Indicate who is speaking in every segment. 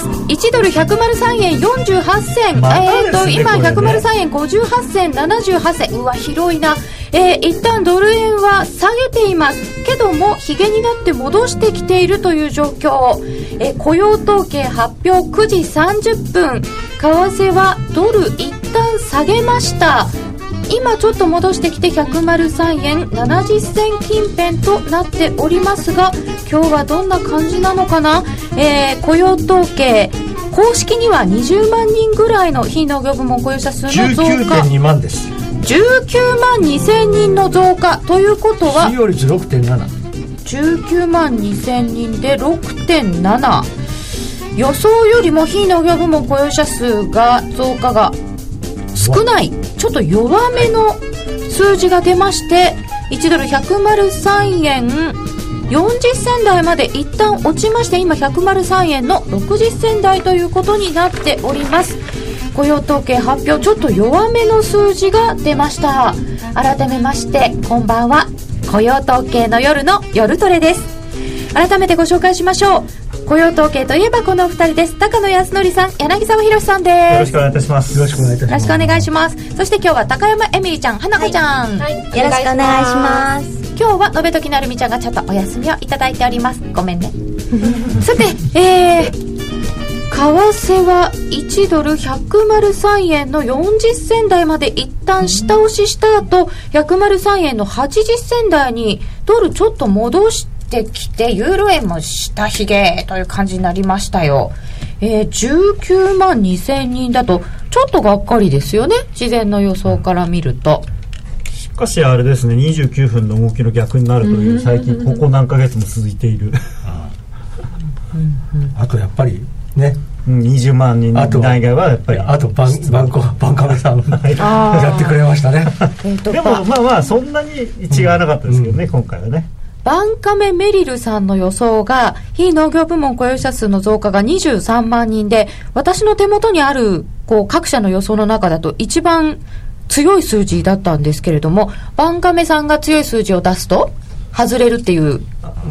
Speaker 1: ル103円48銭、
Speaker 2: またですね
Speaker 1: えっ、と今
Speaker 2: これね
Speaker 1: 103円58銭78銭うわ広いなえー、一旦ドル円は下げていますけどもヒゲになって戻してきているという状況、えー雇用統計発表9時30分為替はドル一旦下げました今ちょっと戻してきて103円70銭近辺となっておりますが今日はどんな感じなのかな、えー雇用統計公式には20万人ぐらいの非農業部門雇用者数の増加
Speaker 2: 19.2万です
Speaker 1: 19万2000人の増加ということは
Speaker 2: 失業率6.7
Speaker 1: 19万2000人で6.7予想よりも非農業部門雇用者数が増加が少ないちょっと弱めの数字が出まして1ドル103円40銭台まで一旦落ちまして今103円の60銭台ということになっております雇用統計発表ちょっと弱めの数字が出ました改めましてこんばんは雇用統計の夜の夜トレです改めてご紹介しましょう雇用統計といえばこのお二人です高野康則さん柳沢博さんです
Speaker 3: よろしくお願いいたします
Speaker 2: よろしくお願いいた
Speaker 1: よろし
Speaker 2: し
Speaker 1: く
Speaker 2: ま
Speaker 1: お願いします。そして今日は高山エミリちゃん、花子ちゃん。
Speaker 4: よろしくお願いします。
Speaker 1: 今日は延時なるみちゃんがちょっとお休みをいただいております。ごめん ね。さて、えー、為替は1ドル103円の40銭台まで一旦下押しした後、103円の80銭台にドルちょっと戻してきて、ユーロ円も下髭という感じになりましたよ。えー、19万2000人だと、ちょっとがっかりですよね。事前の予想から見ると。
Speaker 3: しかしあれですね29分の動きの逆になるという最近ここ何ヶ月も続いている、
Speaker 2: すあとやっぱりね
Speaker 3: うん、20万人
Speaker 2: あと
Speaker 3: 内外はやっぱり
Speaker 2: あとバンバンコバンカメさんやってくれましたね
Speaker 1: えーと
Speaker 3: でもまあまあそんなに違わなかったですけどね、今回はね
Speaker 1: バンカメメリルさんの予想が、非農業部門雇用者数の増加が23万人で、私の手元にある、こう、各社の予想の中だと一番強い数字だったんですけれども、バンカメさんが強い数字を出すと、外れるっていう、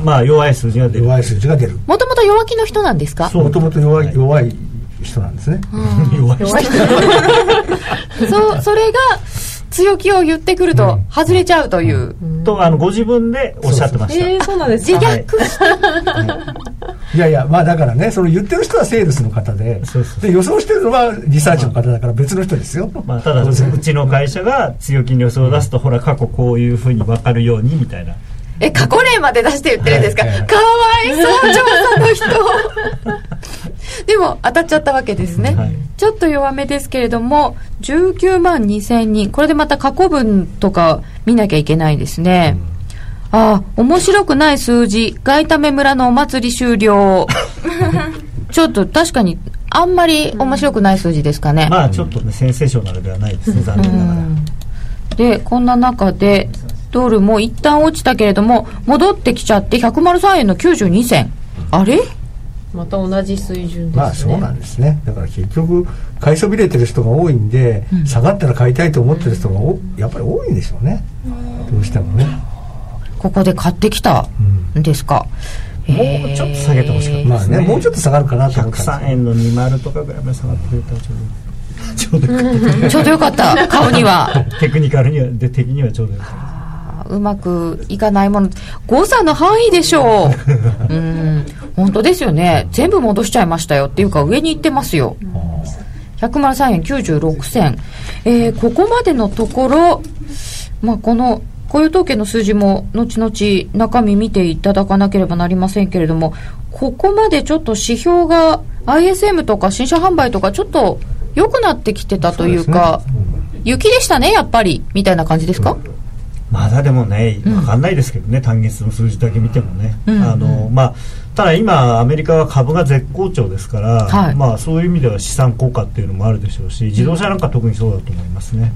Speaker 3: まあ弱い数字が出る
Speaker 2: 弱い数字が出る
Speaker 1: もともと弱気の人なんですか
Speaker 2: もともと弱い弱い人なんですね
Speaker 3: 弱い人
Speaker 1: そう、それが、強気を言ってくると、外れちゃうという。
Speaker 3: とあのご自分でおっしゃってました
Speaker 4: えー、そうなんです
Speaker 1: 自
Speaker 4: か。
Speaker 3: は
Speaker 1: 虐
Speaker 3: い
Speaker 2: いやいやまあだからねその言ってる人はセールスの方で
Speaker 3: そうそう
Speaker 2: で予想してるのはリサーチの方だから別の人ですよ
Speaker 3: まあ、ただうちの会社が強気に予想を出すとほら過去こういうふうに分かるようにみたいな
Speaker 1: え、過去例まで出して言ってるんですか、
Speaker 2: はいはい
Speaker 1: かわいそう、調査の人。 でも、当たっちゃったわけですね。
Speaker 3: はい
Speaker 1: ちょっと弱めですけれども、19万2000人。これでまた過去分とか見なきゃいけないですね。ああ、面白くない数字。外為村のお祭り終 了。ちょっと確かに、あんまり面白くない数字ですかね。
Speaker 3: まあちょっとねセンセーショナルではないですね残念ながら、
Speaker 1: でこんな中でドルも一旦落ちたけれども戻ってきちゃって103円の92銭あれ
Speaker 4: また同じ水準ですね。
Speaker 2: まあそうなんですねだから結局買いそびれてる人が多いんで、下がったら買いたいと思ってる人がおやっぱり多いんでしょうね、どうしてもね
Speaker 1: ここで買ってきたんですか、
Speaker 3: もうちょっと下げてほしかった
Speaker 2: まあねもうちょっと下がるかなと思ったんです
Speaker 3: 103円の20とかぐらいまで下がってくれたらちょうどいいちょうどよかっ
Speaker 1: ちょうどよかった顔には
Speaker 3: たテクニカルにはで的にはちょうどよかった
Speaker 1: あうまくいかないもの誤差の範囲でしょ ううん本当ですよね全部戻しちゃいましたよっていうか上に行ってますよ103円96銭、えーここまでのところ、まあ、この雇用統計の数字も後々中身見ていただかなければなりませんけれどもここまでちょっと指標が ISM とか新車販売とかちょっと良くなってきてたというか雪でしたねやっぱりみたいな感じですか、
Speaker 3: まだでもね、わかんないですけどね、単月の数字だけ見てもね。あの、まあ、ただ今、アメリカは株が絶好調ですから、
Speaker 1: はい
Speaker 3: まあ、そういう意味では資産効果っていうのもあるでしょうし、自動車なんか特にそうだと思いますね。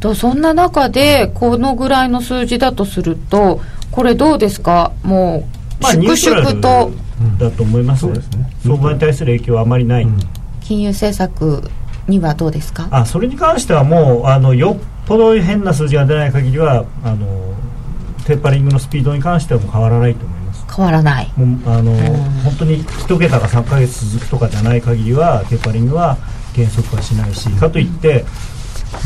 Speaker 1: とそんな中でこのぐらいの数字だとするとこれどうですかもう
Speaker 3: まあ、ニュー
Speaker 1: 粛
Speaker 3: トラル
Speaker 1: 々と
Speaker 3: だと思います。
Speaker 2: そうですね
Speaker 3: 相場に対する影響はあまりない。
Speaker 2: うん
Speaker 1: 金融政策にはどうですか
Speaker 3: あ、それに関してはもう、あの、よっぽど変な数字が出ない限りは、あの、テーパリングのスピードに関してはもう変わらないと思います。
Speaker 1: 変わらない。
Speaker 3: もうあの、本当に1桁が3ヶ月続くとかじゃない限りはテーパリングは減速はしないしかといって、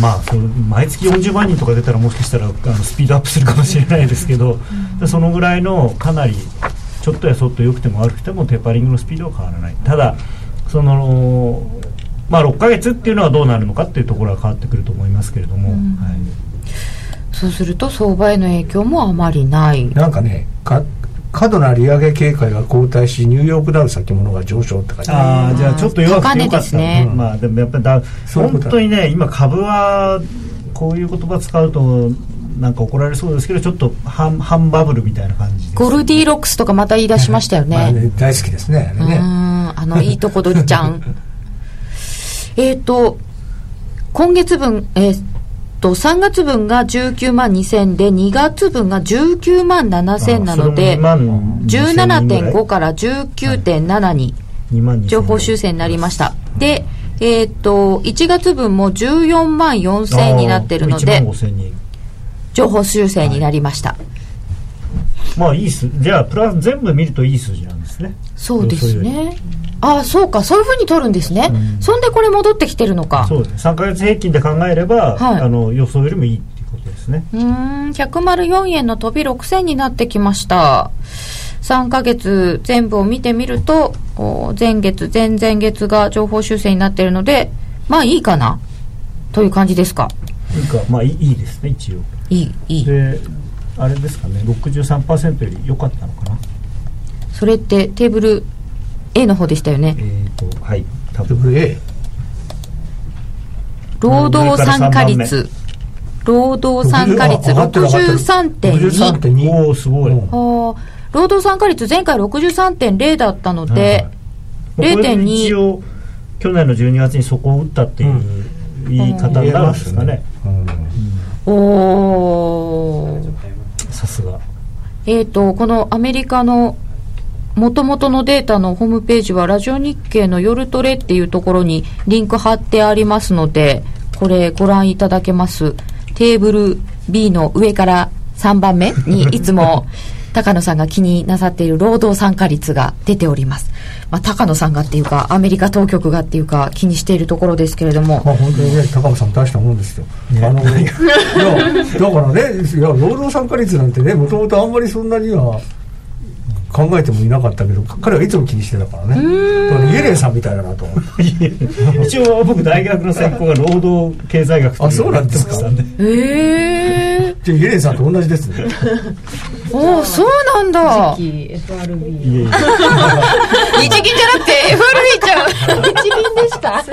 Speaker 3: まあ、その毎月40万人とか出たらもしかしたらあのスピードアップするかもしれないですけど、そのぐらいのかなりちょっとやそっと良くても悪くてもテーパリングのスピードは変わらないただその、まあ、6ヶ月っていうのはどうなるのかっていうところは変わってくると思いますけれども、はい
Speaker 1: そうすると相場への影響もあまりない。
Speaker 2: なんかねか過度な利上げ警戒が後退しニューヨークダウ先物が上昇って書いてあ
Speaker 3: ああじゃあちょっと弱くてよか
Speaker 1: 高値で
Speaker 3: っ
Speaker 1: す
Speaker 3: た、
Speaker 1: ね
Speaker 3: うんまあでもやっぱりだ
Speaker 2: そういうこ
Speaker 3: 本
Speaker 2: とだ
Speaker 3: 当にね今株はこういう言葉使うとなんか怒られそうですけどちょっと半半バブルみたいな感じです
Speaker 1: ゴルディロックスとかまた言い出しましたよ
Speaker 2: る、まあ
Speaker 1: ね。
Speaker 2: ね大好きですねあ
Speaker 1: うー
Speaker 2: れね
Speaker 1: ん、あの、いいとこ取りちゃ ん。えっと、今月分、えーっと、3月分が19万2000で、2月分が19万7000なので、17.5から19.7に情報修正になりました。で、えーっと、1月分も14万4000になってるの
Speaker 3: 1
Speaker 1: で
Speaker 3: 万、5000人
Speaker 1: 情報修正になりました。
Speaker 3: まあいい数じゃあプラス全部見るといい数字なんですね
Speaker 1: そうです
Speaker 3: 予想よ
Speaker 1: ね。ああ、そうか。そういうふうに取るんですね。そんでこれ戻ってきてるのか。
Speaker 3: そうですね3か月平均で考えれば、
Speaker 1: はい
Speaker 3: あの予想よりもいいっていうことですね
Speaker 1: うーん、104円の飛び6000になってきました。3ヶ月全部を見てみると、お前月、前々月が情報修正になってるので、まあいいかな。という感じですか。
Speaker 3: というかまあいいいいですね一応
Speaker 1: いい、いい。
Speaker 3: であれですかね63%より良かったのかな
Speaker 1: それってテーブル A の方でしたよね
Speaker 3: え。ー、とはい多分
Speaker 2: WA
Speaker 1: 労働参加率。労働参加率63.2。
Speaker 2: 63.2
Speaker 3: おおすごい、
Speaker 2: うん
Speaker 1: あー労働参加率前回63.0だったの
Speaker 3: はいはい
Speaker 1: で、
Speaker 3: まあこれで
Speaker 1: 0.2
Speaker 3: 一応去年の12月にそこを打ったっていう言い方になるんですかね
Speaker 2: うん
Speaker 1: おー
Speaker 3: さすが
Speaker 1: えっ、と、このアメリカの元々のデータのホームページはラジオ日経の夜トレっていうところにリンク貼ってありますので、これご覧いただけます。テーブル B の上から3番目にいつも高野さんが気になさっている労働参加率が出ております。まあ、高野さんがっていうか、アメリカ当局がっていうか気にしているところですけれども。
Speaker 2: まあ本当にね高野さん大したもんですよ、あのいやだからねいや労働参加率なんてねもともとあんまりそんなには考えてもいなかったけど彼はいつも気にしてたからねだからイエレンさんみたいだなと思って
Speaker 3: 一応僕大学の専攻が労働経済学とい
Speaker 2: あそうなんですか
Speaker 3: やつしたん
Speaker 1: ええ
Speaker 2: じゃあイエレンさんと同じですね
Speaker 1: ー。おーそうなんだ。
Speaker 4: 次期 FRB
Speaker 3: い
Speaker 1: 日銀
Speaker 3: やいや
Speaker 1: じゃなくて FRB ちゃん。
Speaker 4: 一輪でしたす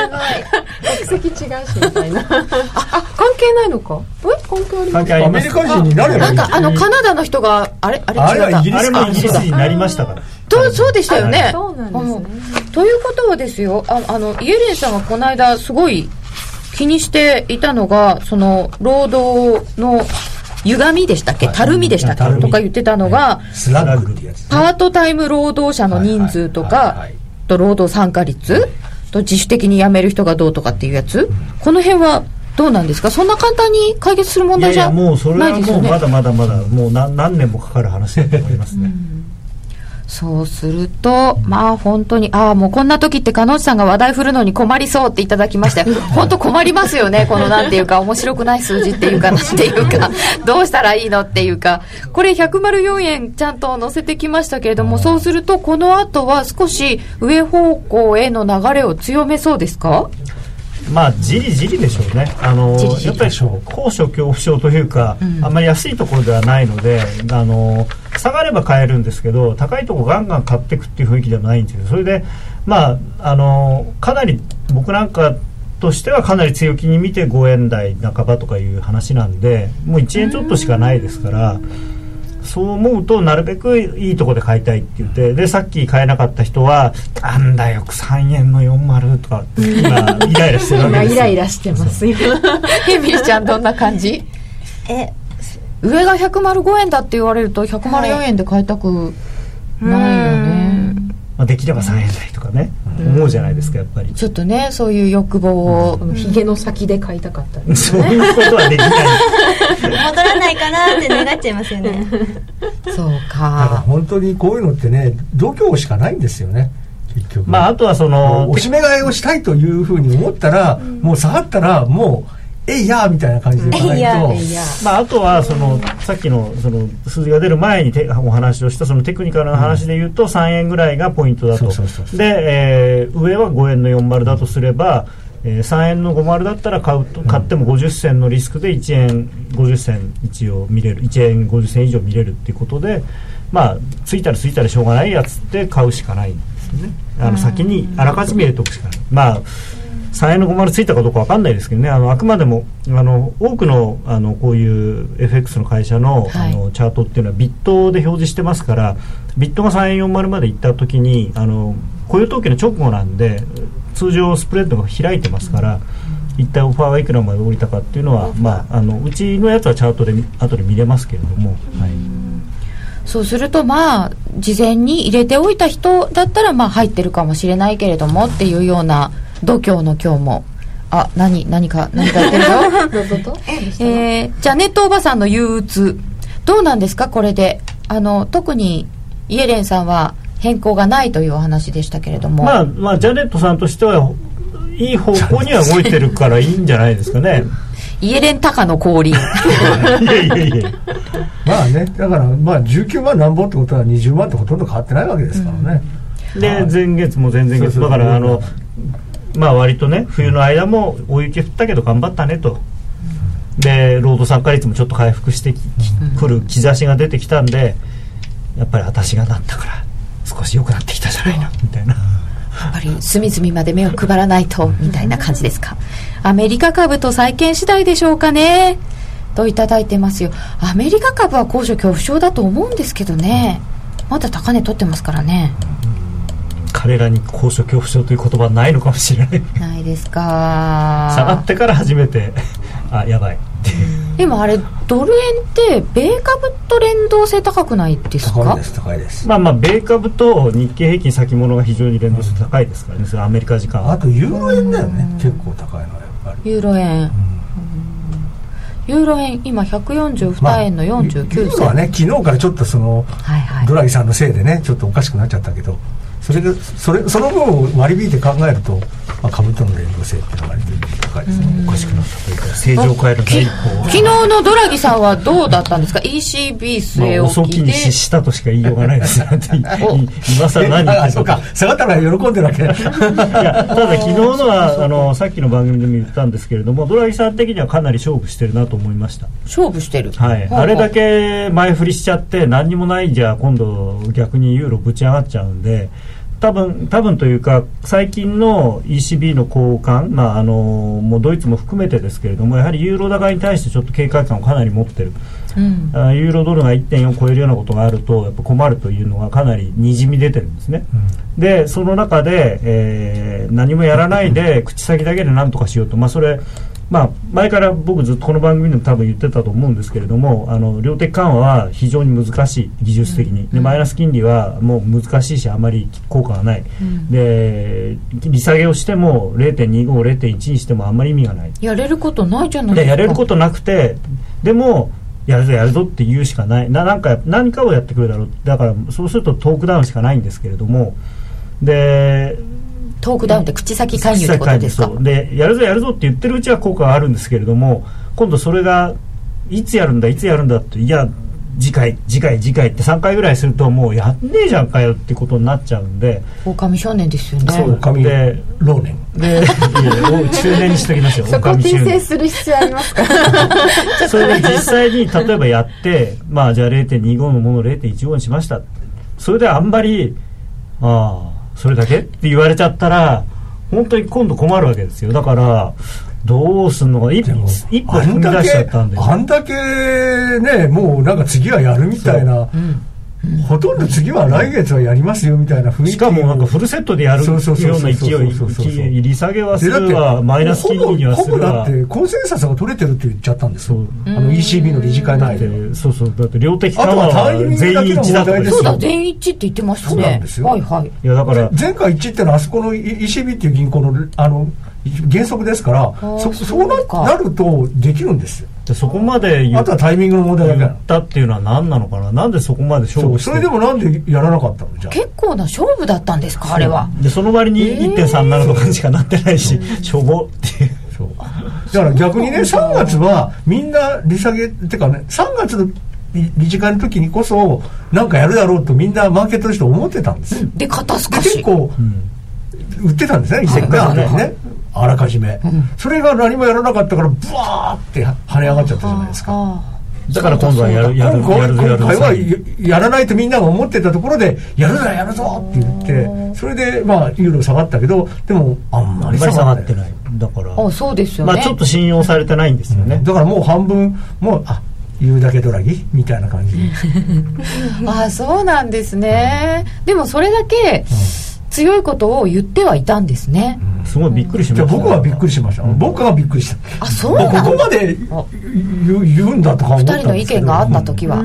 Speaker 4: ごい国籍違うしみたいな ああ関係ないのかえ関係あ
Speaker 2: ア
Speaker 3: 関係あり
Speaker 4: ります
Speaker 2: メ
Speaker 3: ま
Speaker 2: リ
Speaker 3: す
Speaker 2: カ人になれば
Speaker 1: ないん
Speaker 2: い
Speaker 1: かあのカナダの人があれあれ
Speaker 2: あれ
Speaker 1: 違
Speaker 2: は
Speaker 1: った
Speaker 2: イギリ
Speaker 3: あ
Speaker 2: ス
Speaker 3: れもイギリス
Speaker 1: あそう
Speaker 3: に
Speaker 1: だ
Speaker 3: なりましたから
Speaker 1: とそうでしたよね、
Speaker 3: はい
Speaker 4: そうなんですね
Speaker 1: うんということはですよああのイエレンさんがこの間すごい気にしていたのがその労働の歪みでしたっけ、たるみでしたっ
Speaker 2: たる
Speaker 1: け
Speaker 2: み
Speaker 1: とか言ってたのが、
Speaker 2: スラッグってやつ
Speaker 1: パートタイム労働者の人数と
Speaker 2: はいはいはい
Speaker 1: か
Speaker 2: はい
Speaker 1: と労働参加率と自主的に辞める人がどうとかっていうやつこの辺はどうなんですかそんな簡単に解決する問
Speaker 3: いや
Speaker 1: 題
Speaker 3: い
Speaker 1: じゃ
Speaker 3: や
Speaker 1: ないですよね
Speaker 3: もうそれはもうまだまだまだもう何何年もかかる話だと思いますね
Speaker 1: そうすると、まあ本当に、ああ、もうこんな時って、彼女さんが話題振るのに困りそうっていただきましたよ。本当困りますよね、このなんていうか、面白くない数字っていうか、 なんていうか、どうしたらいいのっていうか、これ104円ちゃんと載せてきましたけれども、そうすると、この後は少し上方向への流れを強めそうですか
Speaker 3: まあじりじりでしょうねあの
Speaker 1: じりじり
Speaker 3: やっぱり高所恐怖症というか、あんまり安いところではないのであの下がれば買えるんですけど高いとこガンガン買っていくっていう雰囲気ではないんですけどそれでまああのかなり僕なんかとしてはかなり強気に見て5円台半ばとかいう話なんでもう1円ちょっとしかないですから。そう思うとなるべくいいとこで買いたいって言ってでさっき買えなかった人は「なんだよ3円の40」とかって今イライラしてるわけで
Speaker 4: 今
Speaker 3: す
Speaker 4: イ
Speaker 3: よ
Speaker 4: ライラしてますよ
Speaker 1: エミリちゃん、どんな感じ
Speaker 5: え
Speaker 1: 上が105円だって言われると、104円で買いたくないよね。
Speaker 3: まあ、できれば3円台とかね、思うじゃないですかやっぱり、
Speaker 1: ちょっとね、そういう欲望を
Speaker 4: ひげの先で買いたかったです
Speaker 3: そういうことはできない
Speaker 5: 戻らないないかなって願っちゃいますよね。
Speaker 1: そう
Speaker 2: だから
Speaker 1: か
Speaker 2: 本当にこういうのってね度胸しかないんですよね結局
Speaker 3: まあ、あとはその
Speaker 2: お、しめ買いをしたいというふうに思ったら、もう下がったらもうえいやーみたいな感じでいかない
Speaker 5: えいや
Speaker 2: と、
Speaker 5: ー
Speaker 4: いや
Speaker 3: まあ、あとはそのさっきのその数字が出る前にてお話をしたそのテクニカルな話で言うと3円ぐらいがポイントだ
Speaker 2: そ
Speaker 3: と
Speaker 2: うそうそうそう
Speaker 3: で、えー上は5円の40だとすれば、えー3円の50だったら買うと買っても50銭のリスクで1円50銭一応見れる1円50銭以上見れるっていうことで、まあ、ついたらついたらしょうがないやつって買うしかないんですよねあの先にあらかじめ入れておくしかない。まあ3円の50ついたかどうかわかんないですけどねあのあくまでもあの多くのあのこういう FX の会社の,、
Speaker 1: はい
Speaker 3: あのチャートっていうのはビットで表示してますからビットが3円40まで行った時にあの雇用統計の直後なんで通常スプレッドが開いてますから、一体オファーがいくらまで降りたかっていうのは、まあ、あのうちのやつはチャートで後で見れますけれども、はい、
Speaker 1: そうするとまあ事前に入れておいた人だったらまあ入ってるかもしれないけれどもっていうような度胸の今日もあ何何か何かや ってるよ
Speaker 4: どうぞどうぞ
Speaker 1: えー、ジャネットおばさんの憂鬱どうなんですかこれであの特にイエレンさんは変更がないというお話でしたけれども、
Speaker 3: まあ、まあジャネットさんとしてはいい方向には動いてるからいいんじゃないですかね。
Speaker 1: イエレン高の降臨
Speaker 3: いやいやいや
Speaker 2: まあねだからまあ19万なんぼってことは20万ってほとんど変わってないわけですからね、は
Speaker 3: で
Speaker 2: い
Speaker 3: 前月も前々
Speaker 2: そう
Speaker 3: 月
Speaker 2: そう
Speaker 3: だからあ
Speaker 2: そう
Speaker 3: のまあ割とね冬の間も大雪降ったけど頑張ったねとで労働参加率もちょっと回復してきくる兆しが出てきたんでやっぱり私がなったから少し良くなってきたじゃないのみたいな
Speaker 1: やっぱり隅々まで目を配らないとみたいな感じですかアメリカ株と債券次第でしょうかねといただいてますよアメリカ株は高所恐怖症だと思うんですけどねまだ高値取ってますからね
Speaker 3: 彼らに高所恐怖症という言葉はないのかもしれない
Speaker 1: ないですか
Speaker 3: 下がってから初めてあやばいっていう
Speaker 1: でもあれドル円って米株と連動性高くないです
Speaker 2: 高い
Speaker 1: か
Speaker 2: です高いです
Speaker 3: まあまあ米株と日経平均先物が非常に連動性高いですからねそれはアメリカ時間は
Speaker 2: あとユーロ円だよね結構高いのはやっぱり
Speaker 1: ユーロ円ユーロ円今142円の49
Speaker 2: ユーロ
Speaker 1: 銭、
Speaker 2: はね昨日からちょっとその
Speaker 1: はいはい
Speaker 2: ドラギさんのせいでねちょっとおかしくなっちゃったけどそれでそれその分を割り引いて考えると、まあ、株との連動性っていうのが割と高いですね
Speaker 3: おかしくなったというか正常化への第一歩を
Speaker 1: 昨日のドラギさんはどうだったんですか ECB 据
Speaker 3: ま
Speaker 1: え
Speaker 3: あ、遅
Speaker 1: 置
Speaker 3: き
Speaker 1: き
Speaker 3: に
Speaker 1: で
Speaker 3: 失したとしか言いようがないですなんて 今さら
Speaker 2: え
Speaker 3: 何言
Speaker 2: ああ
Speaker 3: って
Speaker 2: そ
Speaker 3: ん
Speaker 2: う
Speaker 3: だ
Speaker 2: か下がったから喜んでるわ け
Speaker 3: いやただ昨日 のはあのさっきの番組でも言ったんですけれどもドラギさん的にはかなり勝負してるなと思いました、
Speaker 1: 勝負してる、
Speaker 3: はい、あれだけ前振りしちゃって何にもないんじゃ今度逆にユーロぶち上がっちゃうんで多分多分というか最近の ECB の交換、まあ、あのもうドイツも含めてですけれどもやはりユーロ高に対してちょっと警戒感をかなり持ってる
Speaker 1: うん、
Speaker 3: あユーロドルが1.4を超えるようなことがあるとやっぱ困るというのがかなりにじみ出てるんですね、でその中で、えー何もやらないで口先だけで何とかしようと、まあ、それ、まあ、前から僕ずっとこの番組でも多分言ってたと思うんですけれどもあの量的緩和は非常に難しい技術的にでマイナス金利はもう難しいしあまり効果がない、で利下げをしても0.250.1にしてもあんまり意味がない
Speaker 1: やれることないじゃない
Speaker 3: でやれることとなくてでもやるぞやるぞって言うしかないななんか何かをやってくれるだろうだからそうするとトークダウンしかないんですけれどもで
Speaker 1: トークダウンって口先介入ってことですか
Speaker 3: そうでやるぞやるぞって言ってるうちは効果があるんですけれども今度それがいつやるんだいつやるんだっていや次回次回次回って3回ぐらいするともうやんねえじゃんかよってことになっちゃうんで
Speaker 1: 狼少年ですよね
Speaker 3: そう
Speaker 2: 髪
Speaker 3: で
Speaker 2: 老年
Speaker 3: でいやお中年にしときますよ
Speaker 4: そこ
Speaker 3: 狼中年
Speaker 4: 訂正する必要ありますか
Speaker 3: それで実際に例えばやって、まあじゃあ0.25のものを0.15にしました。それであんまり、ああ、それだけって言われちゃったら、本当に今度困るわけですよ。だから、どうすんのか、一
Speaker 2: でも
Speaker 3: 一歩
Speaker 2: あ
Speaker 3: 踏
Speaker 2: ん
Speaker 3: み
Speaker 2: だ
Speaker 3: 出しちゃっ
Speaker 2: け
Speaker 3: たんで。
Speaker 2: あんだけねもうなんか次はやるみたいな、ほとんど次は来月はやりますよみたいな雰囲気
Speaker 3: しかもなんかフルセットでやるよ
Speaker 2: そうそうそうそうう
Speaker 3: な勢
Speaker 2: そうそうそうそう
Speaker 3: い、利下げはす
Speaker 2: でだって
Speaker 3: るわ、マイナス金利にはする
Speaker 2: ほぼ
Speaker 3: わ
Speaker 2: ほぼ。だってコンセンサスが取れてるって言っちゃったんです
Speaker 3: そ
Speaker 2: よ
Speaker 3: う
Speaker 2: あの ECB の理事会の
Speaker 3: だっ
Speaker 2: 間で
Speaker 3: てそうそう、だって量的
Speaker 2: あ
Speaker 3: 緩
Speaker 2: と
Speaker 3: 和
Speaker 2: は
Speaker 3: は
Speaker 2: タイミングだ
Speaker 3: 全
Speaker 2: け
Speaker 3: 員
Speaker 2: の
Speaker 3: 一致だとか
Speaker 2: 問題で
Speaker 3: で
Speaker 2: す
Speaker 1: そ
Speaker 2: す
Speaker 1: う
Speaker 2: よ
Speaker 1: だ
Speaker 3: よ。
Speaker 1: 全員一致って言ってました
Speaker 2: そうな
Speaker 1: ね
Speaker 2: んですよ
Speaker 1: はいはい
Speaker 3: いやだから、
Speaker 2: 前回一致ってのはあそこの ECB っていう銀行のあの原則ですから
Speaker 1: ー
Speaker 2: そ
Speaker 1: そ
Speaker 2: そうう
Speaker 1: か
Speaker 2: ななるとできるんですよ
Speaker 3: でそこまで言
Speaker 2: あ
Speaker 3: っ
Speaker 2: とはタイミングの問題だけ
Speaker 3: 言
Speaker 2: な
Speaker 3: っ
Speaker 2: の
Speaker 3: たっていうのは何なのかななんでそこまで勝
Speaker 2: そう
Speaker 3: 負して
Speaker 2: それでもなんでやらなかったのじゃ
Speaker 1: 結構な勝負だったんですかあれは
Speaker 3: でその割に1.37とかにしかなってないし、しょぼっていう
Speaker 2: あそうだから逆にね3月はみんな利下げってかね3月の理理事会の時にこそなんかやるだろうとみんなマーケットの人思ってたんですよ
Speaker 1: で肩透
Speaker 2: で
Speaker 1: かし
Speaker 2: 結構売ってたんですね一石が
Speaker 3: はいはい
Speaker 2: ねあらかじめ、それが何もやらなかったからブワーって跳ね上がっちゃったじゃないですか
Speaker 1: あ
Speaker 3: だから今度はやるや
Speaker 2: 今
Speaker 3: る
Speaker 2: 回
Speaker 3: やるや
Speaker 2: 今
Speaker 3: る
Speaker 2: 回はややらないとみんなが思ってたところでやるぞやるぞって言ってそれでまあユーロ下がったけどでもあん
Speaker 3: あ
Speaker 2: ま
Speaker 3: んまり
Speaker 2: り
Speaker 3: 下
Speaker 2: 下
Speaker 3: が
Speaker 2: が
Speaker 3: っ
Speaker 2: っててない
Speaker 3: ないだから
Speaker 1: ああそうですよ
Speaker 3: ま
Speaker 1: ね、
Speaker 3: あちょっと信用されてないんですよね、
Speaker 2: だからもう半分もうあ言うだけドラギみたいな感じ
Speaker 1: ああそうなんですね、でもそれだけ強いことを言ってはいたんですね、
Speaker 3: すごいびっくりしま
Speaker 2: じゃ
Speaker 3: し
Speaker 2: あ
Speaker 3: た
Speaker 2: 僕はびっくりしました、僕はびっくりした
Speaker 1: あそう
Speaker 2: 僕
Speaker 1: な
Speaker 2: ここ
Speaker 1: の
Speaker 2: まで言う言うんだとか思っ
Speaker 1: 2
Speaker 2: た
Speaker 1: 人
Speaker 2: ん
Speaker 1: の
Speaker 2: で
Speaker 1: 意
Speaker 2: すけ
Speaker 1: 見
Speaker 2: ど
Speaker 1: があった時は、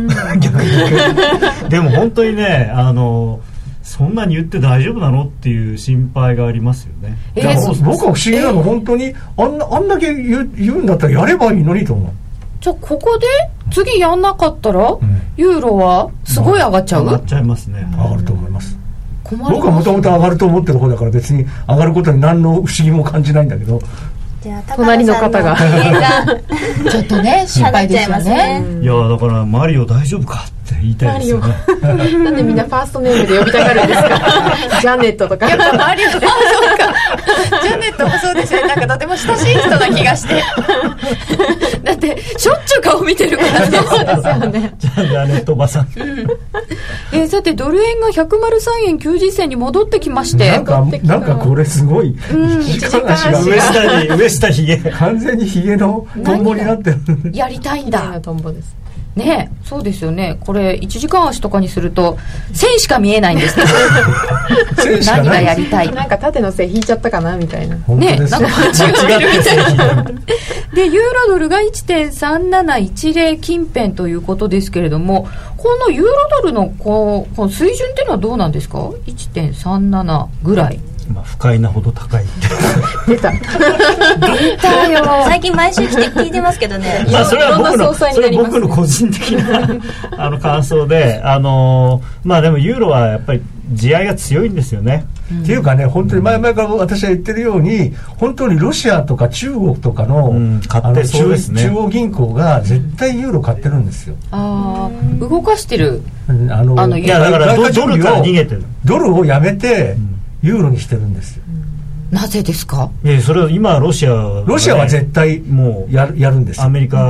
Speaker 3: でも本当にねあのそんなに言って大丈夫なのっていう心配がありますよね
Speaker 1: え
Speaker 2: いや
Speaker 1: ーそう
Speaker 2: 僕は不思議なの、本当にあんなあんだけ言う言うんだったらやればいいのにと思う
Speaker 1: じゃあここで次やんなかったら、
Speaker 2: ん
Speaker 1: ユーロはすごい上がっちゃう、
Speaker 3: なっちゃいますね
Speaker 2: 上がると思います
Speaker 1: 困
Speaker 2: 僕
Speaker 1: る
Speaker 2: はもともと上がると思ってる方だから別に上がることに何の不思議も感じないんだけど
Speaker 5: じゃ あ
Speaker 4: 隣の方が
Speaker 5: 高野さんの家
Speaker 1: ちょっとね心
Speaker 5: が下が
Speaker 1: 配
Speaker 5: っ
Speaker 1: で
Speaker 5: ちゃい
Speaker 1: すよ
Speaker 5: ます
Speaker 1: ね
Speaker 5: ね
Speaker 3: いやだからマリオ大丈夫かって言いたいですよね
Speaker 4: なんでみんなファーストネームで呼びたがるん ですかジャネットとか。
Speaker 1: ありがとうジャネットもそうですねなんかとても親しい人な気がして だってしょっちゅう顔見てるからね
Speaker 3: じゃあジャネットおばさん
Speaker 1: えーさてドル円が103円90銭に戻ってきまして
Speaker 2: なんかなんかこれすごい一時間足が
Speaker 4: 一時間足
Speaker 2: 上
Speaker 3: 上下に上下ひげ
Speaker 2: 完全にヒゲのトンボになってる
Speaker 1: やりたいん
Speaker 4: みたいな
Speaker 1: だ
Speaker 4: トンボです。
Speaker 1: ねえそうですよねこれ1時間足とかにすると線しか見えないんですけど
Speaker 2: 線しか
Speaker 1: 何が
Speaker 2: ない
Speaker 1: やりたい
Speaker 4: なんか縦の線引いちゃったかなみたいな。
Speaker 2: 本当
Speaker 1: ねえ
Speaker 2: で
Speaker 1: なん
Speaker 2: す
Speaker 1: か
Speaker 2: よ
Speaker 1: 間違ってるみたいなでユーロドルが1.3710近辺ということですけれどもこのユーロドルのこうこの水準っていうのはどうなんですか1.37ぐらい
Speaker 3: まあ不快なほど高い
Speaker 4: 出た。
Speaker 1: だよ
Speaker 5: 最近毎週来て聞いてますけどね
Speaker 3: まあそれは僕
Speaker 4: いろんな
Speaker 3: の
Speaker 4: 総裁
Speaker 3: そ
Speaker 4: に
Speaker 3: れ
Speaker 4: な
Speaker 3: は
Speaker 4: ります
Speaker 3: 僕の個人的なあの感想であのーまあでもユーロはやっぱり地合いが強いんですよね
Speaker 2: っていうかね本当に前々から私は言ってるように本当にロシアとか中国とかの,、
Speaker 3: うん買ってそう
Speaker 2: 中
Speaker 3: ですね
Speaker 2: 中央銀行が絶対ユーロ買ってるんですよ
Speaker 1: あー動かしてる
Speaker 2: あの
Speaker 1: あのい
Speaker 3: いやだから
Speaker 2: 外
Speaker 3: ド
Speaker 2: 貨
Speaker 3: ド
Speaker 2: 準
Speaker 3: ルか
Speaker 2: 備
Speaker 3: ら
Speaker 2: を
Speaker 3: 逃げてる
Speaker 2: ドルをやめてユーロにしてるんですよ
Speaker 1: なぜですか
Speaker 3: いやそれは今ロシアはね
Speaker 2: ロシアは絶対
Speaker 3: もう
Speaker 2: やるやるんですよ
Speaker 3: アメリカ